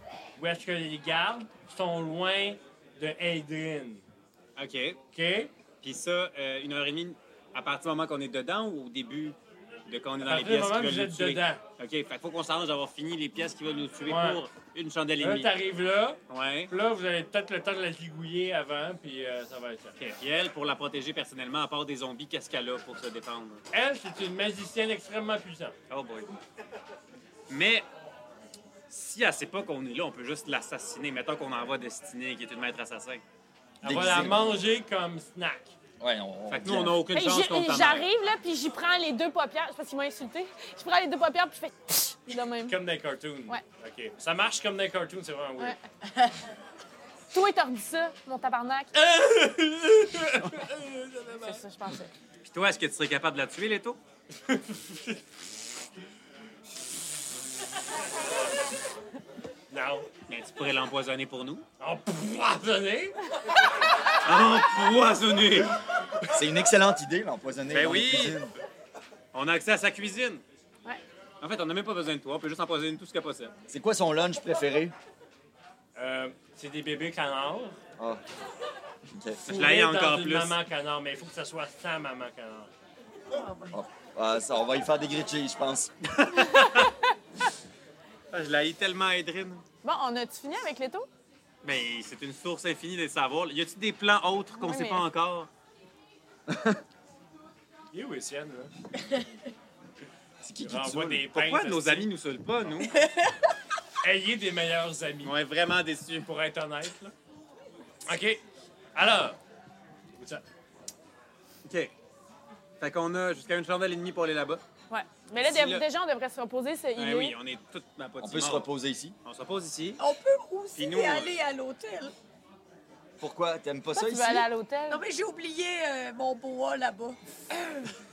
où est-ce que les gardes sont loin de Adrien.
OK.
OK?
Puis ça, euh, une heure et demie, à partir du moment qu'on est dedans ou au début de quand on est dans
À
les
partir du
pièces
moment
qui
que
veulent
vous
nous
êtes
tuer?
dedans.
OK. Fait faut qu'on s'arrange d'avoir fini les pièces qui veulent nous tuer
Ouais.
pour une chandelle et
Là,
demie.
t'arrives là.
Ouais.
Puis Là, vous avez peut-être le temps de la zigouiller avant, puis euh, ça va être ça.
OK. Puis elle, pour la protéger personnellement, à part des zombies, qu'est-ce qu'elle a pour se défendre?
Elle, c'est une magicienne extrêmement puissante.
Oh boy. Mais si elle sait pas qu'on est là, on peut juste l'assassiner. Mettons qu'on envoie Destinée, qui est une maître assassin.
Elle va la
Déguisée.
manger comme snack.
Ouais, on.
Fait que nous, on n'a aucune
Hey,
chance
j'ai-
contre ta mère.
J'arrive là, puis j'y prends les deux paupières. Je sais pas s'il m'a insulté. Je prends les deux paupières, puis je fais tch de même.
Comme dans les cartoons.
Ouais.
OK. Ça marche comme dans les cartoons, c'est vraiment weird.
Ouais. Toi, t'as redit ça, mon tabarnak. C'est ça, je pensais.
Puis toi, est-ce que tu serais capable de la tuer, Leto?
Non.
Mais Ben, tu pourrais l'empoisonner pour nous.
Empoisonné?
Empoisonner!
C'est une excellente idée, l'empoisonner.
Ben
dans les
oui.
cuisines.
On a accès à sa cuisine.
Ouais.
En fait, on n'a même pas besoin de toi. On peut juste empoisonner tout ce qu'il y a possible.
C'est quoi son lunch préféré?
Euh, c'est des bébés canards.
Ah. Ok.
Je la
Fourrés
haïs
dans
encore
une
plus.
maman canard, mais il faut que ça soit sans maman canard.
Ah. Ah, ça, on va y faire des grilled cheese, je pense.
Ah, Je la haïs tellement, Edrine.
Bon, on a-tu fini avec l'étau?
Mais c'est une source infinie de savoir. Y a-t-il des plans autres qu'on
Oui,
sait
mais-
pas encore?
Il est où, Étienne, là?
C'est qui
Il
qui tue?
renvoie des pains.
Pourquoi
parce
nos
que-
amis nous saoulent pas, nous?
Ayez des meilleurs amis,
on est vraiment déçus.
pour être honnête, là. OK. Alors... Ça-
OK. Fait qu'on a jusqu'à une chandelle et demie pour aller là-bas.
Ouais. Mais là,
Si
dé-
le-
déjà, on devrait se reposer, c'est il
Ben
est.
oui, on est toute ma
On peut se reposer ici.
On se repose ici.
On peut aussi
Puis nous, on-
aller à l'hôtel.
Pourquoi? T'aimes pas ça
Toi, tu
ici?
veux aller à l'hôtel?
Non, mais j'ai oublié euh, mon boa là-bas.
Mais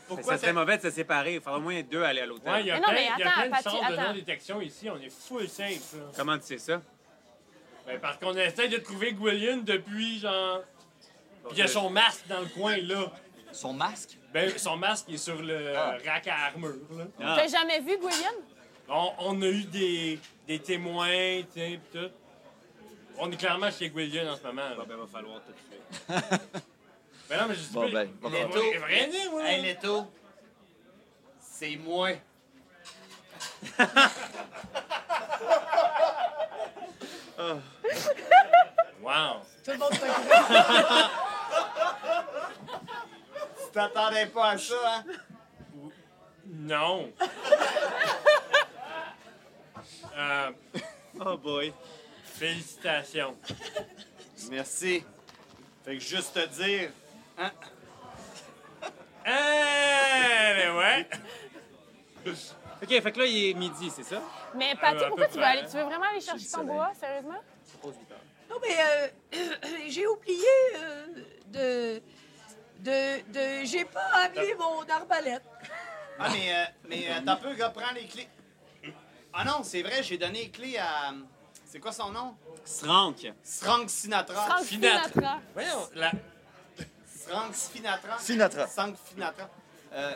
Pourquoi
ça serait
t'as-
mauvais de se séparer. Il faudrait au moins deux aller à l'hôtel.
Ouais, il y a
Mais non,
plein,
mais
il y a
attends,
plein
Patty,
de sortes de
attends.
non-détection ici. On est full simple, là.
Comment tu sais ça?
Ben, parce qu'on essaie de trouver Gwillian depuis, genre... Puis il y a
je-
son masque dans le coin, là.
Son masque?
Ben, son masque est sur le
Ah.
rack à armure, là.
Ah.
T'as jamais vu Gwylion?
On, on a eu des, des témoins, tu sais, pis tout. On est clairement chez Gwillian en ce moment. là.
Ah, ben, va falloir tout faire.
Ben non, mais je dis
Bon,
pas-
ben, bon,
il est
bon.
vrai- vrai né, moi.
Hey, Leto, c'est moi.
Wow.
Tout le monde t'a cru.
Tu t'attendais pas à ça, hein?
Non. Euh,
Oh boy.
félicitations.
Merci. Fait que juste te dire,
Eh, ben ouais.
OK, fait que là, il est midi, c'est ça?
Mais Patty,
à peu
pourquoi tu veux
près,
aller?
hein.
Tu veux vraiment aller chercher
du
ton
soleil.
bois, sérieusement?
Non, mais euh, j'ai oublié euh, de. De, de- j'ai pas amené mon arbalète.
Ah, mais, euh, mais euh, t'as un peu, gars, prends les clés. Ah non, c'est vrai, j'ai donné les clés à. euh, C'est quoi son nom?
Srank.
Srank Sinatra.
Franck
Sinatra.
Sinatra.
Voyons, la...
Srank Sinatra.
Sinatra.
Srank Sinatra. Euh.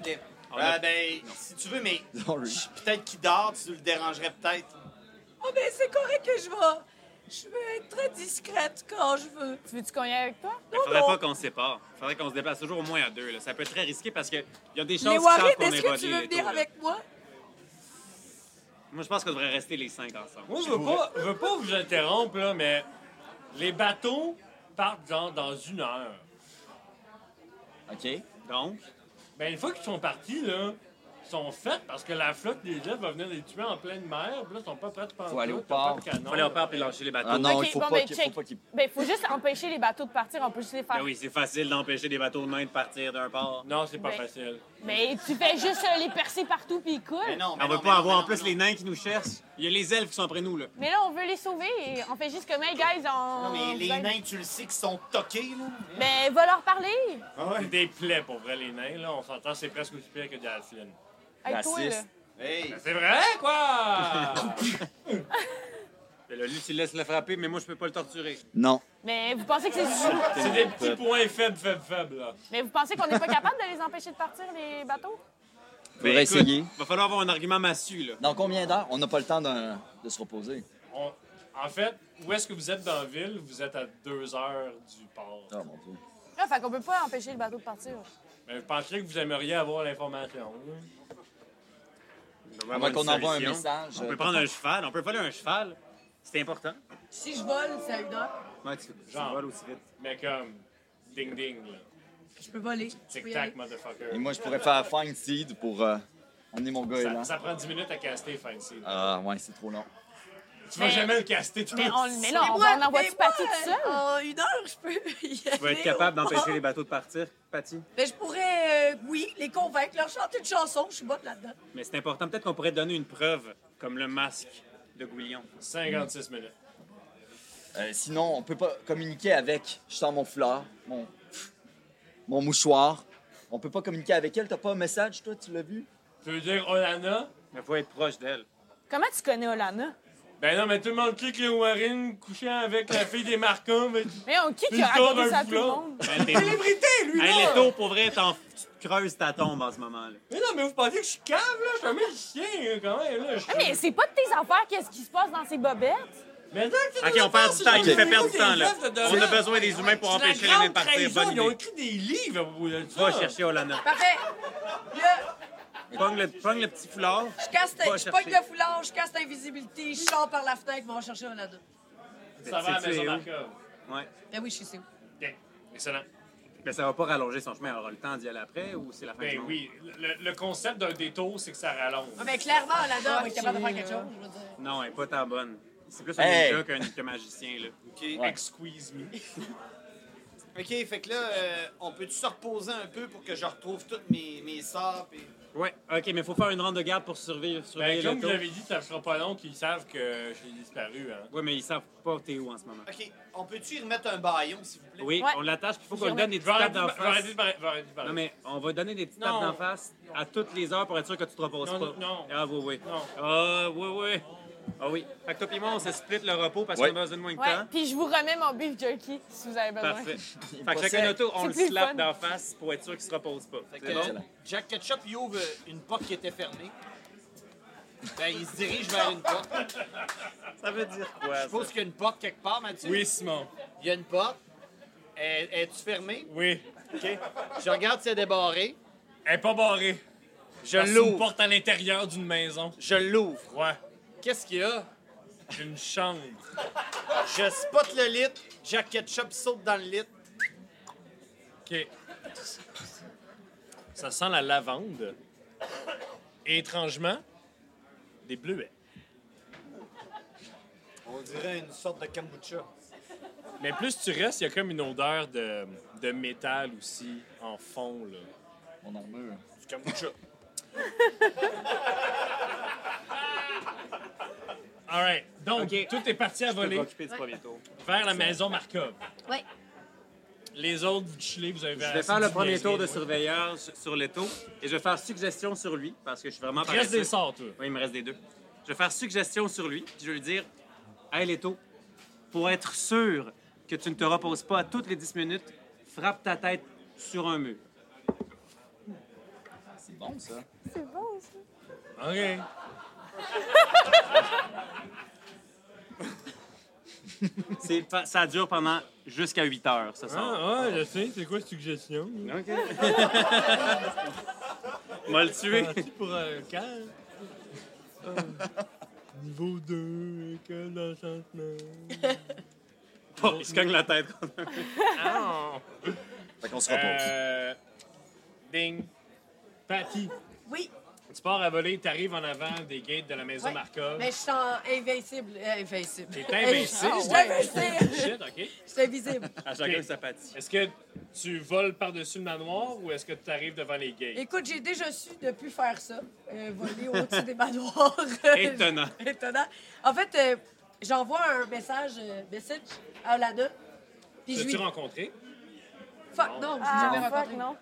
ok.
On a-
Euh, ben, si tu veux, mais
Sorry.
peut-être qu'il dort, tu le dérangerais peut-être.
Oh, mais c'est correct que je vais. Je vais être très discrète quand je veux.
Tu veux-tu qu'on y aille avec toi?
Il faudrait pas qu'on se sépare. Il faudrait qu'on se déplace toujours au moins à deux. Là. Ça peut être très risqué parce qu'il y a des chances
Les
qui savent
Warren,
qu'on
est-ce
est
que
volés.
tu veux
les
venir
taux, là.
avec moi?
Moi, je pense qu'on devrait rester les cinq ensemble.
Moi, je veux pas, je veux pas vous interrompre, là, mais les bateaux partent genre dans une heure.
OK. Ah
Donc,
Ben, une fois qu'ils sont partis, là, ils sont faits parce que la flotte des jets va venir les tuer en pleine mer. Puis là, ils sont pas prêts de penser.
aller au port.
il fallait on part puis lâcher les bateaux.
Ah non,
Ok,
il faut
bon,
pas
ben,
qu'il
check.
faut pas qu'il-
Ben, faut juste empêcher les bateaux de partir. On peut juste les faire.
Ben oui, c'est facile d'empêcher des bateaux de main de partir d'un port.
Non, c'est pas
Ben-
facile.
Mais tu fais juste euh, les percer partout puis ils coulent.
Ben
Mais non, mais
On
non,
veut
mais
pas
non,
avoir
mais
en
non,
plus
non.
les nains qui nous cherchent. Il y a les elfes qui sont après nous, là.
Mais là, on veut les sauver et on fait juste comme, hey guys, on.
Non, mais les
Ben,
nains, tu le sais, qu'ils sont toqués, là.
Ben, va leur parler.
C'est des plaies pour vrai, les nains, là. On s'entend, c'est presque aussi pire que des halflings.
Hey, toi, là.
Raciste.
Hey,
Ben, c'est vrai, quoi!
Ben là, lui, tu le laisses le frapper, mais moi, je peux pas le torturer.
Non.
Mais vous pensez que c'est.
c'est des petits points faibles, faibles, faibles, là.
mais vous pensez qu'on n'est pas capable de les empêcher de partir, les bateaux?
Faudrait
Ben, écoute,
essayer.
Va falloir avoir un argument massu, là.
Dans combien d'heures? On n'a pas le temps d'un- de se reposer.
On- En fait, où est-ce que vous êtes dans la ville? Vous êtes à deux heures du port.
Oh mon dieu.
Là, Ah, fait qu'on peut pas empêcher le bateau de partir.
Ben, vous pensez que vous aimeriez avoir l'information, là?
On
Avant qu'on envoie un message. euh,
On peut prendre un cheval. On peut voler un cheval. C'est important.
Si je vole, c'est à une heure.
Ouais, tu, tu
Genre.
voles aussi vite.
Mais comme, ding-ding, là.
Je peux voler. Je peux y aller.
Tic-tac, motherfucker.
Et moi, je pourrais faire Find Seed pour euh, emmener mon gars là.
Ça, ça prend 10 minutes à caster, Fancy.
Ah, ouais, c'est trop long.
Tu vas
Mais-
jamais le caster, tu
Mais, on, mais euh, ah. là, on,
Moi,
on envoie-tu
mais moi,
Patty tout seul?
En une heure, je peux y aller.
Tu vas être capable
oh!
d'empêcher les bateaux de partir, Patty.
Mais je pourrais, euh, oui, les convaincre, leur chanter une chanson. Je suis bonne là-dedans.
Mais c'est important. Peut-être qu'on pourrait donner une preuve, comme le masque de Gouillon.
56 minutes.
Euh, sinon, on peut pas communiquer avec. Je sors mon foulard, mon, mon mouchoir. On peut pas communiquer avec elle. T'as pas un message, toi, tu l'as vu?
Tu veux dire Olana?
Mais faut être proche d'elle.
Comment tu connais Olana?
Ben non, mais tout le monde clique que Warren couchait avec la fille des marquants. Mais...
Mais on qui qui a
Une corde,
raconté
un Ben,
ça à tout le
foulard.
monde?
Célébrité, lui,
Hey, Leto, pour vrai, t'en tu te creuses ta tombe en ce moment. là.
Mais non, mais vous pensez que je suis cave, là? Je suis un magicien, hein, quand même, là. Je...
Ah, mais c'est pas de tes affaires qu'est-ce qui se passe dans ces bobettes.
Mais attends, tu
Ok,
dois
on perd
faire,
du temps. Il
c'est
nous fait
le
perdre du
niveau
temps,
des
là.
œuvres de
On a
Doran.
besoin des humains pour
C'est la
empêcher les de
grande
partir.
trahison,
Bonne
ils ont
idée.
écrit des livres à propos de ça.
Va chercher Olana.
Parfait. Là,
Pogne le, pogne le petit foulard.
je casse,
Va
je pogne
chercher.
le foulard, je casse l'invisibilité, je sors par la fenêtre, on va chercher un ado.
Ça va à la
C'est-tu
maison
où?
Markov.
Ouais.
Ben oui, je sais c'est où.
Bien, excellent.
Mais ça va pas rallonger son chemin. Elle aura le temps d'y aller après ou c'est la fin du
Ben
monde?
oui, le, le concept d'un détour, c'est que ça rallonge.
Ah, ben clairement, Alana va être capable de faire quelque chose, je veux dire.
euh,
Non, elle est pas tant bonne. C'est plus un
Hey!
ninja qu'un qu'un magicien, là.
Excuse me.
OK, fait que là, euh, on peut-tu se reposer un peu pour que je retrouve tous mes, mes sorts? pis-
Ouais, ok, mais faut faire une ronde de garde pour survivre.
Ben,
surveiller
comme
Leto.
vous l'avez dit, ça sera pas long qu'ils savent que j'ai disparu, hein.
Ouais, mais ils savent pas t'es où en ce moment.
OK, on peut-tu y remettre un baillon, s'il vous plaît?
Oui,
Ouais.
on l'attache, puis faut
J'y
qu'on lui donne des
Je
petites
vais
tapes
arrêter
d'en
de je vais arrêter
face.
de parler- je vais arrêter de parler.
Non, mais on va donner des petites tapes
Non.
d'en face à toutes les heures pour être sûr que tu te reposes
Non,
pas.
non, non.
Ah, oui, oui.
Non.
Ah, oui, oui. Ah, oui. Fait que toi et moi, on se split le repos parce
Ouais.
qu'on a besoin de moins de
Ouais,
temps.
puis je vous remets mon beef jerky si vous avez besoin.
Parfait. Fait
pas
que chacun
sec.
notre tour, on
C'est
le
plus le
slap
fun.
d'en face pour être sûr qu'il se repose pas.
Fait que
C'est bon?
euh, Jack Ketchup, il ouvre une porte qui était fermée. Ben, il se dirige vers une porte.
Ça veut dire quoi,
Je suppose qu'il y a une porte quelque part, Mathieu.
Oui, Simon.
Il y a une porte. Elle- Es-tu fermée?
Oui.
Je regarde si elle est débarrée.
Elle est pas barrée.
Je
Parce que C'est une
l'ouvre.
porte à l'intérieur d'une maison.
Je l'ouvre.
Ouais.
Qu'est-ce qu'il y a?
J'ai une chambre.
Je spot le lit. Jack Ketchup saute dans le lit.
OK. Ça sent la lavande. Et étrangement, des bleuets.
On dirait une sorte de kombucha.
Oh,
Mais plus tu restes, il y a comme une odeur de, de métal aussi en fond, là.
Mon armure.
Du kombucha. All right. Donc,
Ok.
tout est parti à
Je vais
voler
m'occuper du premier tour.
vers la maison Markov.
Ouais.
Les autres, vous chillez, vous avez
Je vais faire le premier tour de surveilleur s- sur le taux et je vais faire suggestion sur lui parce que je suis vraiment
Reste
paresseux.
des sorts, toi.
Oui, il me reste des deux. Je vais faire suggestion sur lui, puis je vais lui dire Hey Leto, pour être sûr que tu ne te reposes pas à toutes les 10 minutes, frappe ta tête sur un mur.
C'est bon, ça.
C'est bon, ça.
OK.
C'est pa- Ça dure pendant jusqu'à 8 heures, ce soir.
Ah, ouais, je sais. C'est quoi suggestion?
OK. M'a le tuer.
Parti pour un calme. Euh, Niveau 2, école d'enchantement.
Oh, il se cogne la tête contre un mur.
Ah!
Fait qu'on se repose.
Euh, ding. Patty,
Oui,
tu pars à voler, t'arrives en avant des gates de la maison
Ouais.
Markov.
mais je suis en invincible. euh, invincible.
T'es invincible?
Je suis invincible.
Shit, OK.
Je suis invisible.
À chacun sa pâtie.
Est-ce que tu voles par-dessus le manoir ou est-ce que tu arrives devant les gates?
Écoute, j'ai déjà su de plus faire ça, euh, voler au-dessus des manoirs.
Étonnant.
Étonnant. En fait, euh, j'envoie un message, euh, message à Olana. Puis je
T'as-tu
lui
rencontré?
Fuck, non, je l'ai
Ah,
jamais
fuck,
rencontré.
non.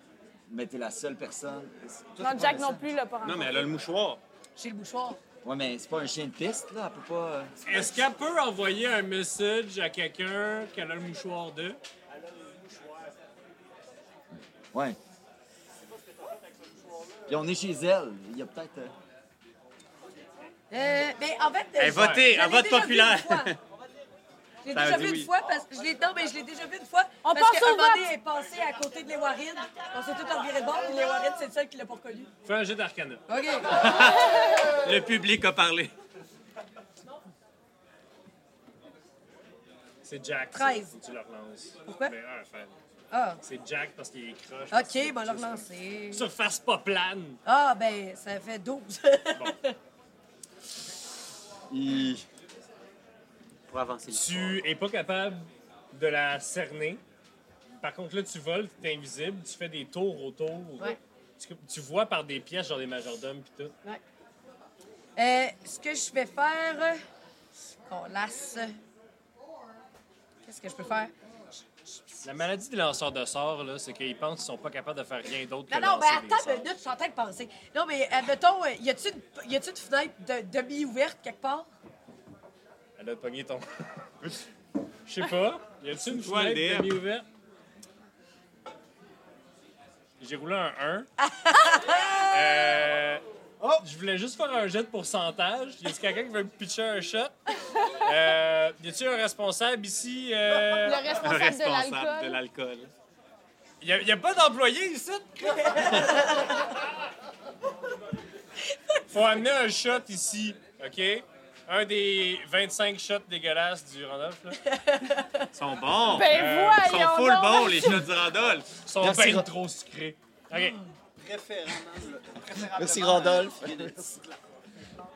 Mais t'es la seule personne. Toi, t'es
Non,
pas
Jack
la
non
seule.
plus l'a pas rencontré.
Non, mais elle a le mouchoir.
J'ai le bouchoir.
Ouais, mais c'est pas un chien de piste, là. Elle peut pas. euh,
Est-ce qu'elle peut envoyer un message à quelqu'un qu'elle a le mouchoir de?
Ouais. Puis on est chez elle. Il y a peut-être. euh,
Euh, mais en fait. euh,
Eh,
je-
votez,
je
un
l'ai
vote
déjà vu
populaire.
une fois. Je l'ai
Ça
déjà
dit
vu une
oui.
fois parce que je l'ai. Non, mais je l'ai déjà vu une fois.
On
parce
pense
que
au
un moment donné,
vote.
elle est passée à côté de Léwarine. On s'est tous envirés de bord, puis Léwarine, c'est le seul qui l'a pas reconnu.
Fais un jet d'arcana.
OK.
Le public a parlé.
C'est Jack. ça.
13.
Faut que Tu le relances.
Pourquoi?
Ben, un, fait.
Ah.
C'est Jack parce qu'il est croche. parce
OK,
que-
bon, le relancer.
Surface pas plane.
Ah, ben, ça fait 12.
il-
Pour avancer.
Tu es pas capable de la cerner. Par contre, là, tu voles, tu es invisible, tu fais des tours autour.
Ouais.
Tu, tu vois par des pièces, genre des majordomes pis tout.
Ouais. Euh, ce que je vais faire. euh, Qu'on lasse. Qu'est-ce que je peux faire?
La maladie des lanceurs de sorts, là, c'est qu'ils pensent qu'ils sont pas capables de faire rien d'autre que
Non, non, mais
lancer des
attends
sorts.
une minute, je suis en train de penser. Non, mais admettons, euh, y a-tu une, y a-tu une fenêtre de- demi-ouverte quelque part?
Elle a pogné ton... Je sais pas. Y a-tu une
Toi, le
fenêtre
DM.
demi-ouverte? J'ai roulé un 1. euh...
Oh!
Je voulais juste faire un jet de pourcentage. Y a-tu quelqu'un qui veut me pitcher un shot? Euh... Y a-tu un responsable ici? Euh...
Le responsable, de
Responsable de
l'alcool.
l'alcool.
Y, a, y a pas d'employé ici? Faut amener un shot ici, OK? Un des 25 shots dégueulasses du Randolph, là.
Ils sont bons.
Ben
Euh, Ils sont
voyons
full
donc.
bons, les shots du Randolph.
Ils sont
Merci,
bien
Ro-
trop sucrés. OK.
Merci,
hein.
Randolph.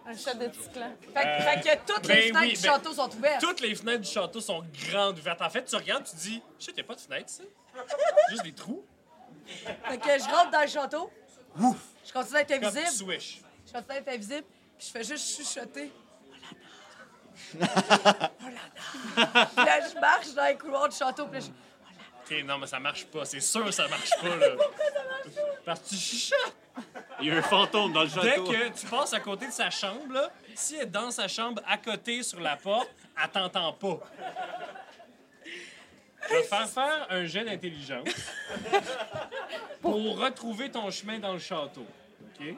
Un shot de petit clan.
Fait, que- fait que toutes
ben
les fenêtres
oui,
du
ben-
château sont ouvertes.
Toutes les fenêtres du château sont grandes ouvertes. En fait, tu regardes, tu dis, shit, y a pas de fenêtre, ça? Juste des trous.
Fait que je rentre dans le château. Je continue d'être
Comme
invisible.
swish.
Je continue d'être invisible. Puis je fais juste chuchoter. Oh là là! Oh là là! Puis là, je marche dans les couloirs du château. Puis là, je...
OK, non, mais ça marche pas. C'est sûr que ça marche pas, là. Parce que tu chuchotes.
Il y a un fantôme dans le
Dès
château.
que tu passes à côté de sa chambre, là, si elle est dans sa chambre, à côté, sur la porte, elle t'entend pas. Je vais te faire faire un jet d'intelligence pour retrouver ton chemin dans le château. OK?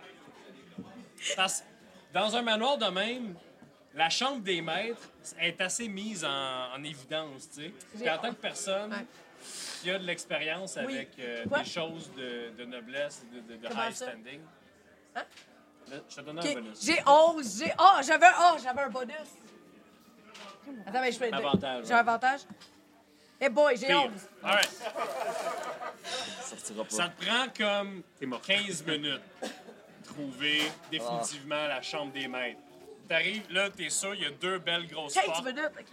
Parce que dans un manoir de même, la chambre des maîtres est assez mise en, en évidence, tu sais. Puis en tant que personne
Ouais.
qui a de l'expérience
Oui.
avec euh,
Quoi?
des choses de, de noblesse, de, de- de
Comment
high
ça?
standing, Là, je te donne
OK,
un bonus.
J'ai 11. J'ai... Oh, j'avais un, oh, j'avais un bonus. Attends, mais je fais...
Avantage,
J'ai
ouais.
un avantage. Eh boy, j'ai
Pire.
11.
All right.
Sortira
Ça
pas.
te prend comme
T'es mort.
15 minutes trouver définitivement la chambre des maîtres. T'arrives, là, t'es sûr, il y a deux belles grosses
15
portes.
minutes, OK.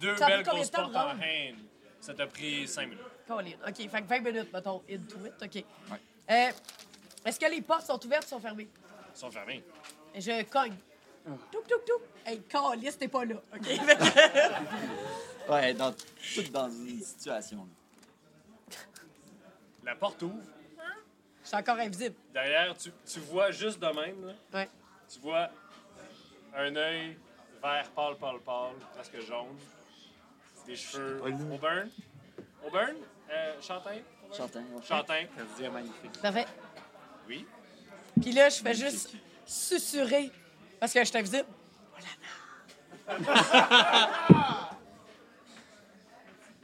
Deux
Ça a pris
belles
combien
grosses
de temps
portes
de
en
rendre?
hand. Ça t'a pris 5 minutes.
Colin. OK, fait que 20 minutes, mettons, into it. OK. Euh, est-ce que les portes sont ouvertes ou sont fermées?
Ils sont fermés.
Je cogne. Toup, toup, toup. Hey, Calis, t'es pas là. OK.
Ouais, dans, tout dans une situation. là.
La porte ouvre.
Je suis encore invisible.
Derrière, tu, tu vois juste de même, là,
Ouais.
tu vois un œil vert pâle, pâle, pâle, presque jaune. Des cheveux. Auburn. Auburn? Euh, Chantin?
Chantin, on chante.
Chantin.
Parfait.
Oui.
Puis là, je fais juste susurrer parce que je suis invisible.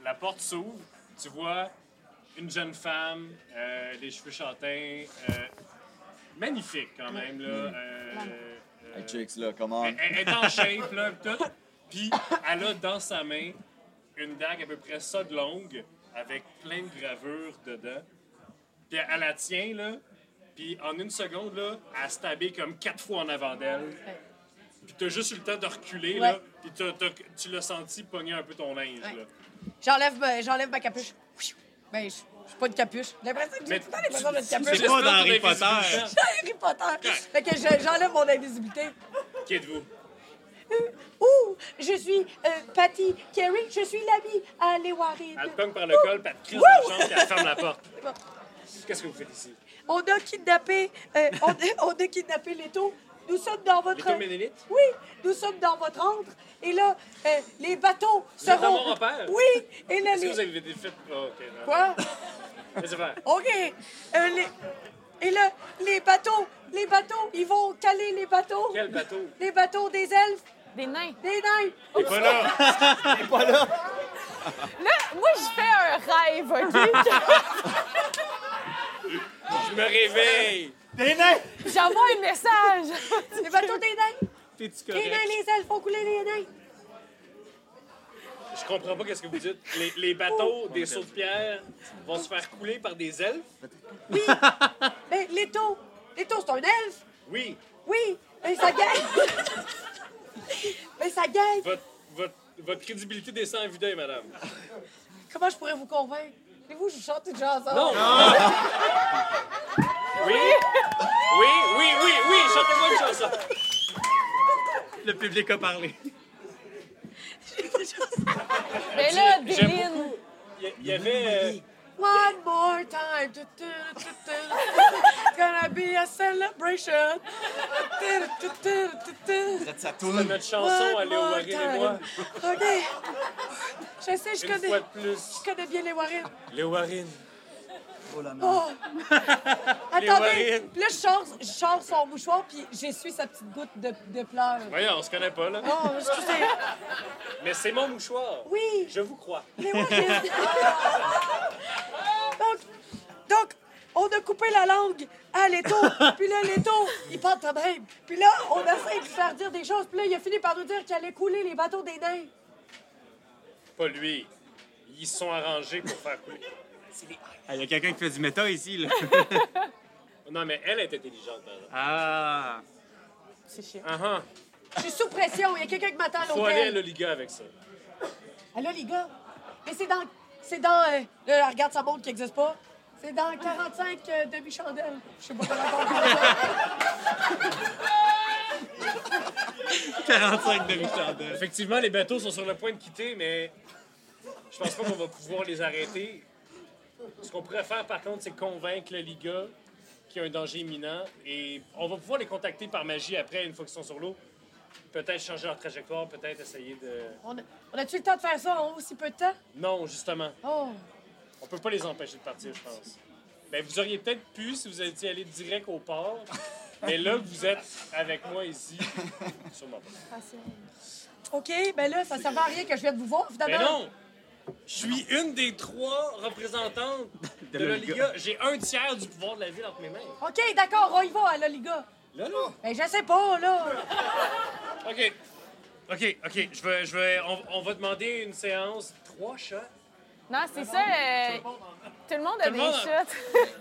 La porte s'ouvre, tu vois une jeune femme, euh, les cheveux châtains, euh, magnifique quand même, là. euh, euh,
Hey, Chicks, là, comment?
elle, elle est en shape, là, pis tout. Puis elle a dans sa main une dague à peu près ça de longue, avec plein de gravures dedans. Puis elle la tient, là, puis en une seconde, là, elle se tabait comme quatre fois en avant d'elle. Puis t'as juste eu le temps de reculer, là,
Ouais.
puis t'as- t'as- tu l'as senti pogner un peu ton linge,
Ouais.
là.
J'enlève ma, j'enlève ma capuche. Ben, je je suis pas une capuche. J'ai l'impression que j'ai
Mais
tout le temps l'impression d'être une
tu-
capuche.
C'est pas dans Harry
J'espère que ton
Potter.
invisibilité-
Harry Potter. Fait que je- j'enlève mon invisibilité.
Qui êtes-vous?
Ouh, je suis euh, Patty Kerry. Je suis l'ami à Les Warren.
Elle te pogne par le col, puis elle te crise dans la jambe, puis elle ferme la porte.
Bon.
Qu'est-ce que vous faites ici?
On a kidnappé, euh, on, a, on a kidnappé Leto. Nous sommes dans votre.
Leto Ménélit?
Oui, nous sommes dans votre antre. Et là, euh, les bateaux
êtes
seront.
dans mon repère?
Oui, et là,
Est-ce que
les.
vous avez des fêtes? Oh, ok, non.
Quoi?
Laissez faire.
OK. Euh, les- Et là, les bateaux, les bateaux, ils vont caler les bateaux.
Quel bateau?
Les bateaux des elfes,
Des nains.
des nains.
Et voilà!
Là, moi, je fais un rêve, OK?
Je me réveille!
J'envoie un message.
Les bateaux des nains.
T'es-tu
Les nains,
correct?
les elfes vont couler les nains.
Je comprends pas qu'est-ce que vous dites. Les, les
Oh.
bateaux des sauts de pierre vont se faire couler par des elfes?
Oui. Mais Leto, Leto, c'est un elfe.
Oui!
Oui, mais ça gagne. mais ça gagne.
Votre, votre, votre crédibilité descend en vidéo, madame.
Comment je pourrais vous convaincre? Et vous, je vous chante une chanson.
Non! Oui! Oui, oui, oui, oui! Chantez-moi une chanson!
Le public a parlé.
J'ai pas de chanson.
Mais là,
il y avait. euh,
One more time. Tu, tu, tu, tu. It's gonna be a celebration. Tu, tu, tu, tu, tu.
Ça
C'était
tourne.
notre chanson, aller au Warren et moi.
OK. Je sais, je
Une fois
connais,
de plus.
je connais bien les Warren.
Les Warren.
Oh! Attendez!
Warren.
Puis là, je sors, je sors son mouchoir, puis j'essuie sa petite goutte de, de pleurs.
Voyons, on se connaît pas, là.
Oh, excusez.
Mais c'est mon mouchoir.
Oui!
Je vous crois.
Les Warren. donc, donc, on a coupé la langue à l'étau. Puis là, l'étau, il parle quand même. Puis là, on essaie de lui faire dire des choses. Puis là, il a fini par nous dire qu'il allait couler les bateaux des nains.
Pas lui. Ils se sont arrangés pour faire couler.
Ah, Il y a quelqu'un qui fait du méta ici, là.
Non, mais elle est intelligente, par exemple.
Ah!
C'est chiant.
Ah ah.
Je suis sous pression. Il y a quelqu'un qui m'attend à
Faut aller à
l'hôtel.
l'Oliga avec ça.
Allô, les gars? Mais c'est dans... C'est dans... euh, là, elle regarde sa montre qui n'existe pas. C'est dans 45 euh, demi-chandelles. Je sais pas comment on dit ça.
45 demi-chandelles.
Effectivement, les bateaux sont sur le point de quitter, mais je pense pas qu'on va pouvoir les arrêter. Ce qu'on pourrait faire, par contre, c'est convaincre le Liga qu'il y a un danger imminent et on va pouvoir les contacter par magie après, une fois qu'ils sont sur l'eau. Peut-être changer leur trajectoire, peut-être essayer de.
On a- on a-tu le temps de faire ça en aussi peu de temps?
Non, justement.
Oh!
On peut pas les empêcher de partir, je pense. Ben, vous auriez peut-être pu si vous étiez allé direct au port, mais là que vous êtes avec moi ici, sûrement pas.
OK, ben là, ça ne servait à rien que je vienne vous voir,
Mais
finalement.
Ben non! Je suis une des trois représentantes de,
De
la
l'Oliga.
Liga. J'ai un tiers du pouvoir de la ville entre mes mains.
OK, d'accord, on y va, là, les gars.
Là, là!
Ben, je sais pas, là.
OK. OK, OK. Je vais, je vais, on, on va demander une séance. Trois shots.
Non, c'est ça. euh, Tout le monde a
Tout le monde
des
a-
shots.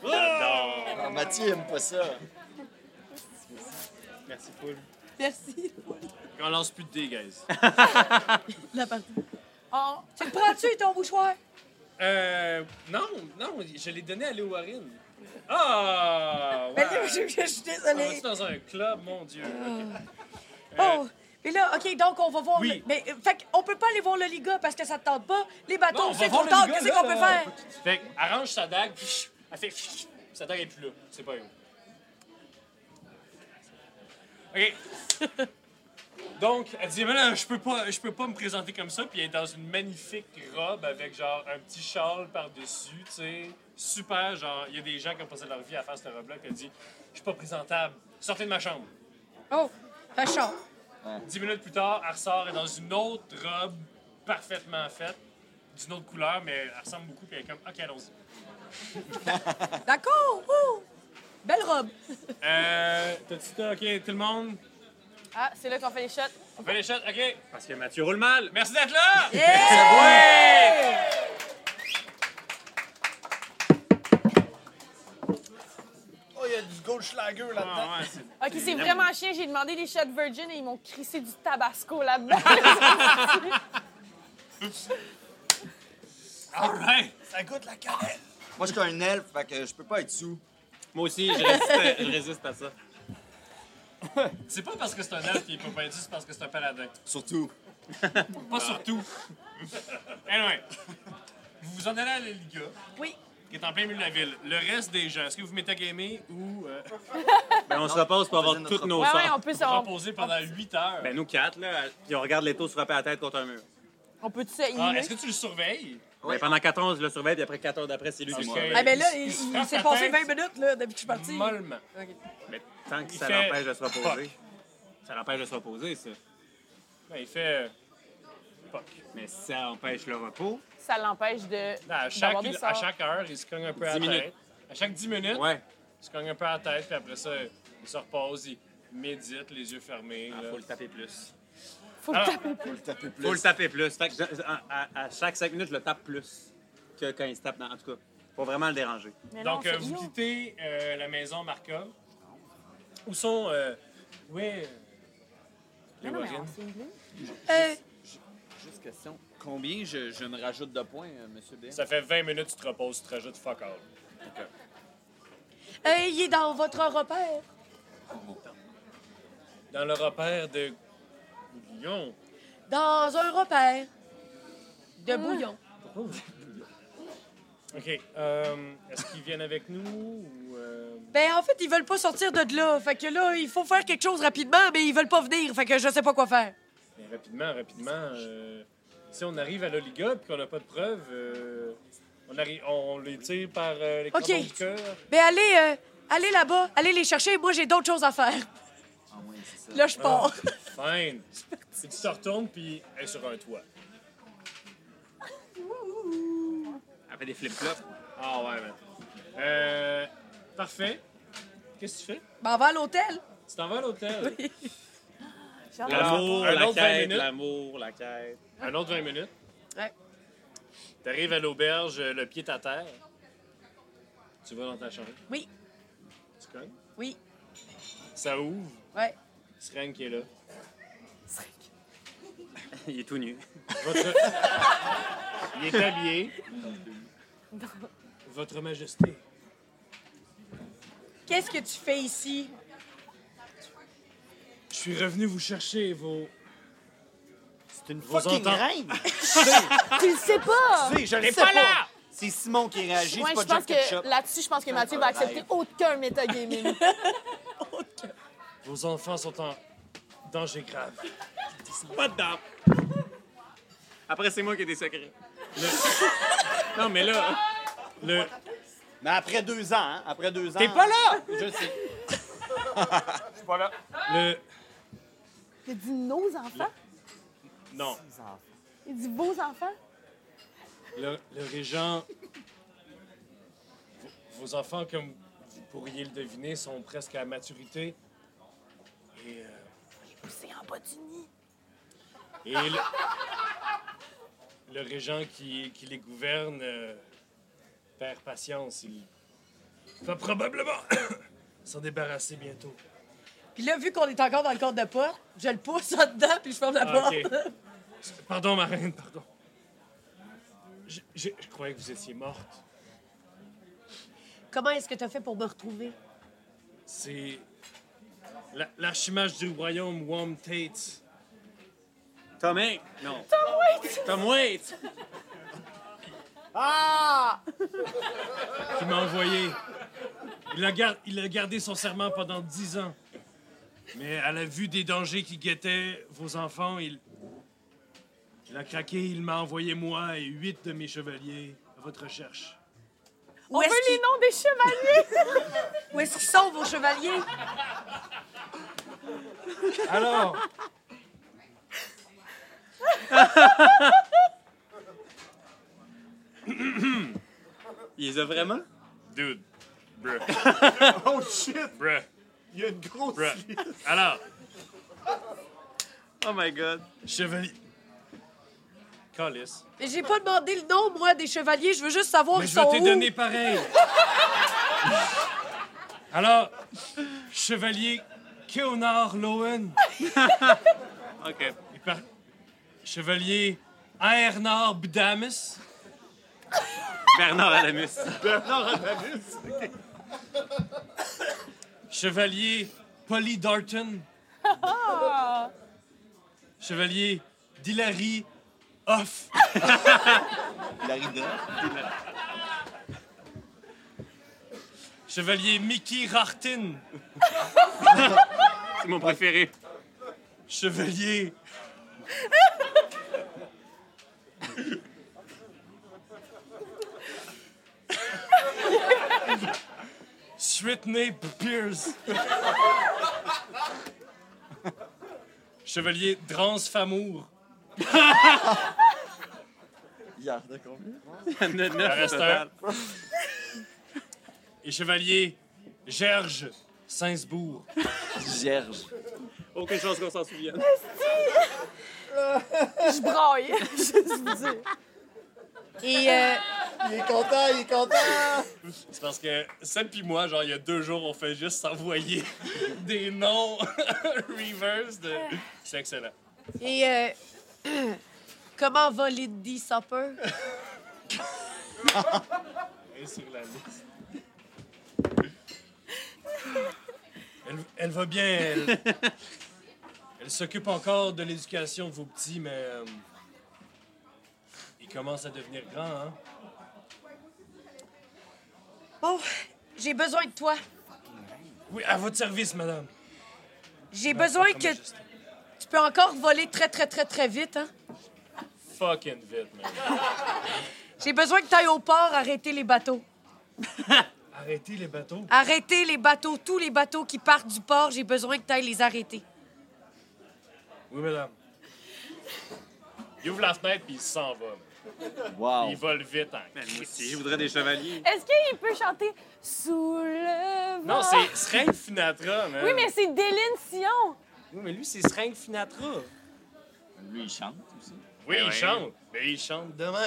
Ah, Mathieu aime pas ça.
Merci, Paul.
Merci.
On lance plus de dés, guys.
La partie.
On-
Tu le prends-tu, ton mouchoir?
Euh, non, non, je l'ai donné à Léo Warren. Ah!
Ben,
wow.
là, je, je- je suis
On va-tu
désolée.
dans un club, mon Dieu? OK.
Oh! Puis là, OK, donc on va voir.
Oui.
Mais, euh, fait qu'on peut pas aller voir le Liga parce que ça te tente pas. Les
Non,
bateaux,
on va
c'est
voir
trop
le
tard.
Liga,
Qu'est-ce
là,
qu'on peut
là.
faire?
Fait que, arrange sa dague, puis elle fait. Sa dague est plus là. C'est pas où. OK. Donc, elle dit, mais là, je peux pas, je peux pas me présenter comme ça. Puis elle est dans une magnifique robe avec genre un petit châle par-dessus, tu sais. Super, genre, il y a des gens qui ont passé leur vie à faire cette robe-là. Puis elle dit, je suis pas présentable. Sortez de ma chambre.
Oh! Fait chaud.
Dix minutes plus tard, elle ressort elle est dans une autre robe parfaitement faite, d'une autre couleur, mais elle ressemble beaucoup, puis elle est comme, OK, allons-y.
D'accord! Ouh! Belle robe.
Euh, t'as-tu ça? OK, tout le monde?
Ah, c'est là qu'on fait les shots.
On fait les shots, OK?
Parce que Mathieu roule mal.
Merci d'être là!
Oh, il y a du Goldschlager là-dedans.
Ah, ouais, c'est-
OK, c'est vraiment chiant. J'ai demandé des shots virgin et ils m'ont crissé du tabasco là-dedans.
All right!
Ça goûte la cannelle.
Moi, je suis un elfe, fait que je peux pas être sous.
Moi aussi, je résiste à, je résiste à ça.
C'est pas parce que c'est un elfe qui est pas perdu, c'est parce que c'est un paladin.
Surtout.
Pas surtout. anyway, vous vous en allez à la Liga,
Oui.
qui est en plein milieu de la ville. Le reste des gens, est-ce que vous mettez gamé ou euh,
Ben, on se repose pour
on
avoir
faisait notre
toutes nos
ouais, ouais,
sorts.
on peut, se- on,
reposer pendant 8 heures?
Ben, nous quatre, là, puis on regarde les taux se frapper la tête contre un mur.
on peut se
Ah,
healer.
est-ce que tu le surveilles?
Ben, pendant 14, je le surveille, puis après 14 d'après, c'est lui qui
Parce
me
que
Ah, ben là,
il-
il,
il se
il
frappe
s'est
la
passé
tête
20 minutes, là, depuis que je suis partie.
Mollement.
Mais tant que
Il
ça
fait-
l'empêche de se reposer. Ça l'empêche de se reposer, ça.
Ben, il fait. euh, Fuck.
Mais si ça empêche le repos.
Ça l'empêche de.
Non, à, chaque,
d'avoir des
à
sorts.
chaque heure, il se cogne un peu à la
minutes.
tête. À chaque 10 minutes,
Ouais.
il se cogne un peu à la tête, puis après ça, il se repose, il médite, les yeux fermés. là.
Ah, faut le taper plus.
Faut
Ah.
le taper.
Faut le taper plus. Fait que je- à, à- à chaque 5 minutes, je le tape plus que quand il se tape dans. En tout cas, faut vraiment le déranger.
Mais non,
Donc,
c'est
euh, vous
idiot.
quittez euh, la maison Markov. Où sont. euh, où est. euh, les
Non, non, mais
Warren?
on s'est healé.
Euh,
Juste question. Combien je, je me rajoute de points, euh, monsieur B?
Ça fait 20 minutes que tu te reposes, tu te rajoutes fuck all.
euh, il est dans votre repère.
Dans le repère de. Lyon.
Ah. Dans un repère. De bouillon.
OK. euh, Est-ce qu'ils viennent avec nous ou... euh,
Ben, en fait, ils veulent pas sortir de là. Fait que là, il faut faire quelque chose rapidement, mais ils veulent pas venir. Fait que je sais pas quoi faire.
Mais rapidement, rapidement, euh, si on arrive à l'Oliga et qu'on n'a pas de preuves, euh, on, arri- on les tire par euh, les
OK.
cordons du cœur.
Ben, allez, euh, allez là-bas, allez les chercher. Moi, j'ai d'autres choses à faire.
Ah,
Là, je pars.
Fine. Si tu te retournes, puis elle est sur un toit.
Elle fait des flip-flops.
Ah ouais, man. Euh, parfait. Qu'est-ce que tu fais?
Ben, on va à l'hôtel.
Tu t'en vas à l'hôtel?
L'amour,
un
la
autre vingt
quête,
minutes.
l'amour, la quête.
Un autre 20 minutes.
Ouais.
T'arrives à l'auberge, euh, le pied à terre. Tu vas dans ta chambre.
Oui,
Tu cognes.
oui,
Ça ouvre.
ouais.
Sren qui est là.
Il est tout nu.
Votre... Il est habillé. Votre Majesté.
Qu'est-ce que tu fais ici?
Je suis revenu vous chercher vos.
C'est une
Vos
fucking
ententes.
reine.
Tu le sais pas!
Tu sais, je l'ai
pas là!
C'est Simon qui réagit,
Moi,
c'est
je
pas
pense
Jack Ketchup.
que là-dessus, je pense que Mathieu va accepter aucun metagaming.
Vos enfants sont en danger grave.
Pas dedans. Après, c'est moi qui ai des secrets. non, mais là,
Le...
Mais après deux ans, hein, après deux ans.
T'es pas là!
Je sais.
Le.
Il dit nos enfants?
Non.
Il dit vos enfants?
Le, le régent. Vos, vos enfants, comme vous pourriez le deviner, sont presque à maturité. Et. euh,
C'est en bas du nid.
Et le, le régent qui, qui les gouverne euh, perd patience. Il va probablement s'en débarrasser bientôt.
Puis là, vu qu'on est encore dans le corps de porte, je le pousse en dedans, puis je ferme la
Ah,
porte.
ok. Pardon, ma reine, pardon. Je, je- je croyais que vous étiez morte.
Comment est-ce que tu as fait pour me retrouver?
C'est la- l'archimage du royaume Wom Tate.
Tom Hanks. Non. Tom Waits. Tom Waits.
qui m'a envoyé. Il a, gar- il a gardé son serment pendant dix ans. Mais à la vue des dangers qui guettaient vos enfants, il, il a craqué. Il m'a envoyé moi et huit de mes chevaliers à votre recherche.
Où est-ce
Les
qu'ils
noms des chevaliers!
où est-ce qu'ils sont, vos chevaliers?
Alors,
Il les a vraiment?
dude, bruh,
Oh shit!
bruh,
Il y a une grosse.
bruh. Alors,
Oh my God.
chevalier. Callis.
Mais j'ai pas demandé le nom, moi, des chevaliers. Je veux juste savoir
Mais
ils
je vais
sont
te
où.
donner pareil. Alors, chevalier Keonar Lowen.
OK.
Et par- Chevalier Aernard Bdamis.
Bernard Adamus.
Chevalier Polly Darton. Chevalier Dillary Off.
Il arrive de
Chevalier Mickey Rartin.
C'est mon préféré.
Chevalier. Sritney Pierce. Chevalier Drans Famour.
Hier, de combien?
Il y en a neuf au
reste
total.
Et chevalier Gerge Sainsbourg.
Gerge.
Aucune chance qu'on s'en souvienne.
Je braille. Juste vous dire.
Et euh,
Il est content, il est content!
C'est parce que Seb puis moi, genre, il y a deux jours, on fait juste s'envoyer des noms reverse de... C'est excellent.
Et euh, comment va Lindy Supper?
Et sur la liste. Elle, elle va bien, elle... Elle s'occupe encore de l'éducation de vos petits, mais... euh, ils commencent à devenir grands, hein?
Bon, Oh, j'ai besoin de toi.
Oui, à votre service, madame.
J'ai besoin que tu peux encore voler très, très, très, très vite. Hein?
Fucking vite, man.
J'ai besoin que tu ailles au port arrêter les bateaux.
Arrêtez les bateaux.
Arrêter les bateaux, tous les bateaux qui partent du port, j'ai besoin que tu ailles les arrêter.
Oui, madame. Il ouvre la fenêtre puis il s'en va.
Wow.
Il vole vite hein. en
Ben, moi aussi, je voudrais des chevaliers.
Est-ce qu'il peut chanter Sous le vent?
Non, c'est Seringue Finatra, man.
euh,
Oui, mais c'est Déline Sion.
Oui, mais lui, c'est Seringue Finatra.
Lui, il chante aussi.
Oui, il chante. Mais il chante.
Demain.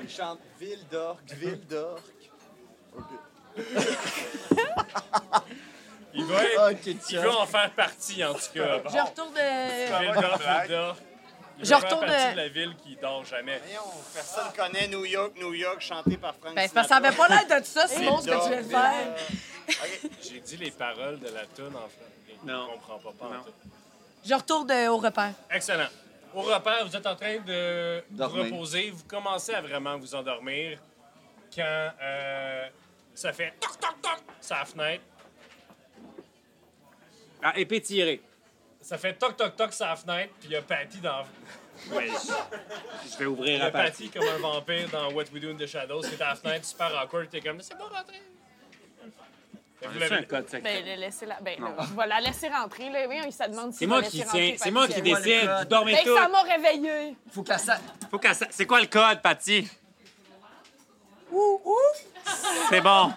Il chante Ville d'Orc, Ville d'Orc. Ok.
Il va, être-
Ok,
il
tiens.
va en faire partie, en tout cas. Bon,
Je retourne. euh,
ville d'or, ville d'or. Il
Je
va faire
retourne,
partie
euh,
de la ville qui dort jamais.
Voyons, personne connaît New York, New York, chanté par Frank
Ben, c'est parce que ça avait pas l'air de ça, Simon, ce que tu
Dog,
viens de faire.
J'ai dit les paroles de la tune en fait.
Non.
On comprend pas. pas en
Non.
tout.
Je retourne euh, au repère.
Excellent. Au repère, vous êtes en train de vous
Dormir.
reposer. Vous commencez à vraiment vous endormir quand euh, ça fait toc toc toc sa fenêtre.
Ah, épée tirée.
Ça fait toc toc toc sa fenêtre, puis il y a Patty dans
Ouais, je je vais ouvrir
il y a
la partie.
Patty comme un vampire dans What We Do in the Shadows qui est à la fenêtre super awkward, t'es comme c'est pas rentré. Fait que vous
Ah, C'est un
l'avez-
code secret.
Ben, le laisser la... ben là, je vais la laisser rentrer. Là. Oui, il se demande si
C'est moi qui tiens, c'est moi qui
c'est moi
décide.
le code.
Vous dormez
Ben,
tout.
ça m'a réveillée.
Faut qu'elle sa...
Faut qu'elle sa- C'est quoi le code, Patty?
Ouh, ouh!
C'est bon.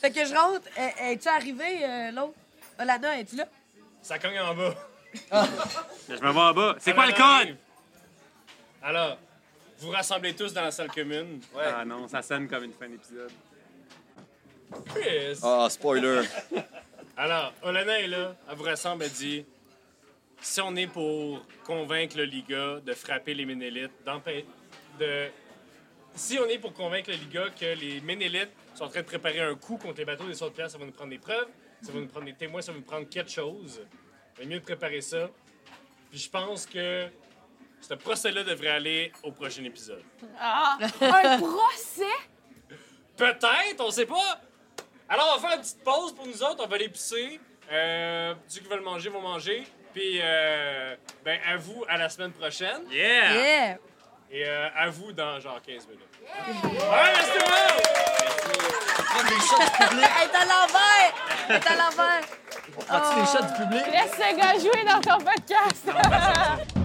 Fait que je rentre. Euh, Es-tu arrivé, euh, l'autre? Alana, es-tu là?
Ça cogne en bas.
Ben, Je me vois en bas. C'est quoi le
Alors,
code?
Alors, vous vous rassemblez tous dans la salle commune.
Ah non, ça sonne comme une fin d'épisode.
Chris!
Ah, spoiler.
Alors, Olena est là, elle vous rassemble, elle dit si on est pour convaincre le Liga de frapper les Ménélites, d'empê- de. Si on est pour convaincre le Liga que les Ménélites sont en train de préparer un coup contre les bateaux des sauts de pierre, ça va nous prendre des preuves, ça va nous prendre des témoins, ça va nous prendre quelque chose. Il vaut mieux de préparer ça. Puis je pense que ce procès-là devrait aller au prochain épisode.
Ah, un procès?
Peut-être, on sait pas. Alors, on va faire une petite pause pour nous autres. On va aller pisser. Euh, ceux qui veulent manger vont manger. Puis, euh, ben, à vous, à la semaine prochaine.
Yeah!
Yeah!
Et euh, à vous dans genre 15 minutes. Ouais, merci tout le monde!
Prendre les shots du public.
Elle est à l'envers! Elle est à l'envers!
Prends-tu les shots du public?
Laisse ce gars jouer dans ton podcast.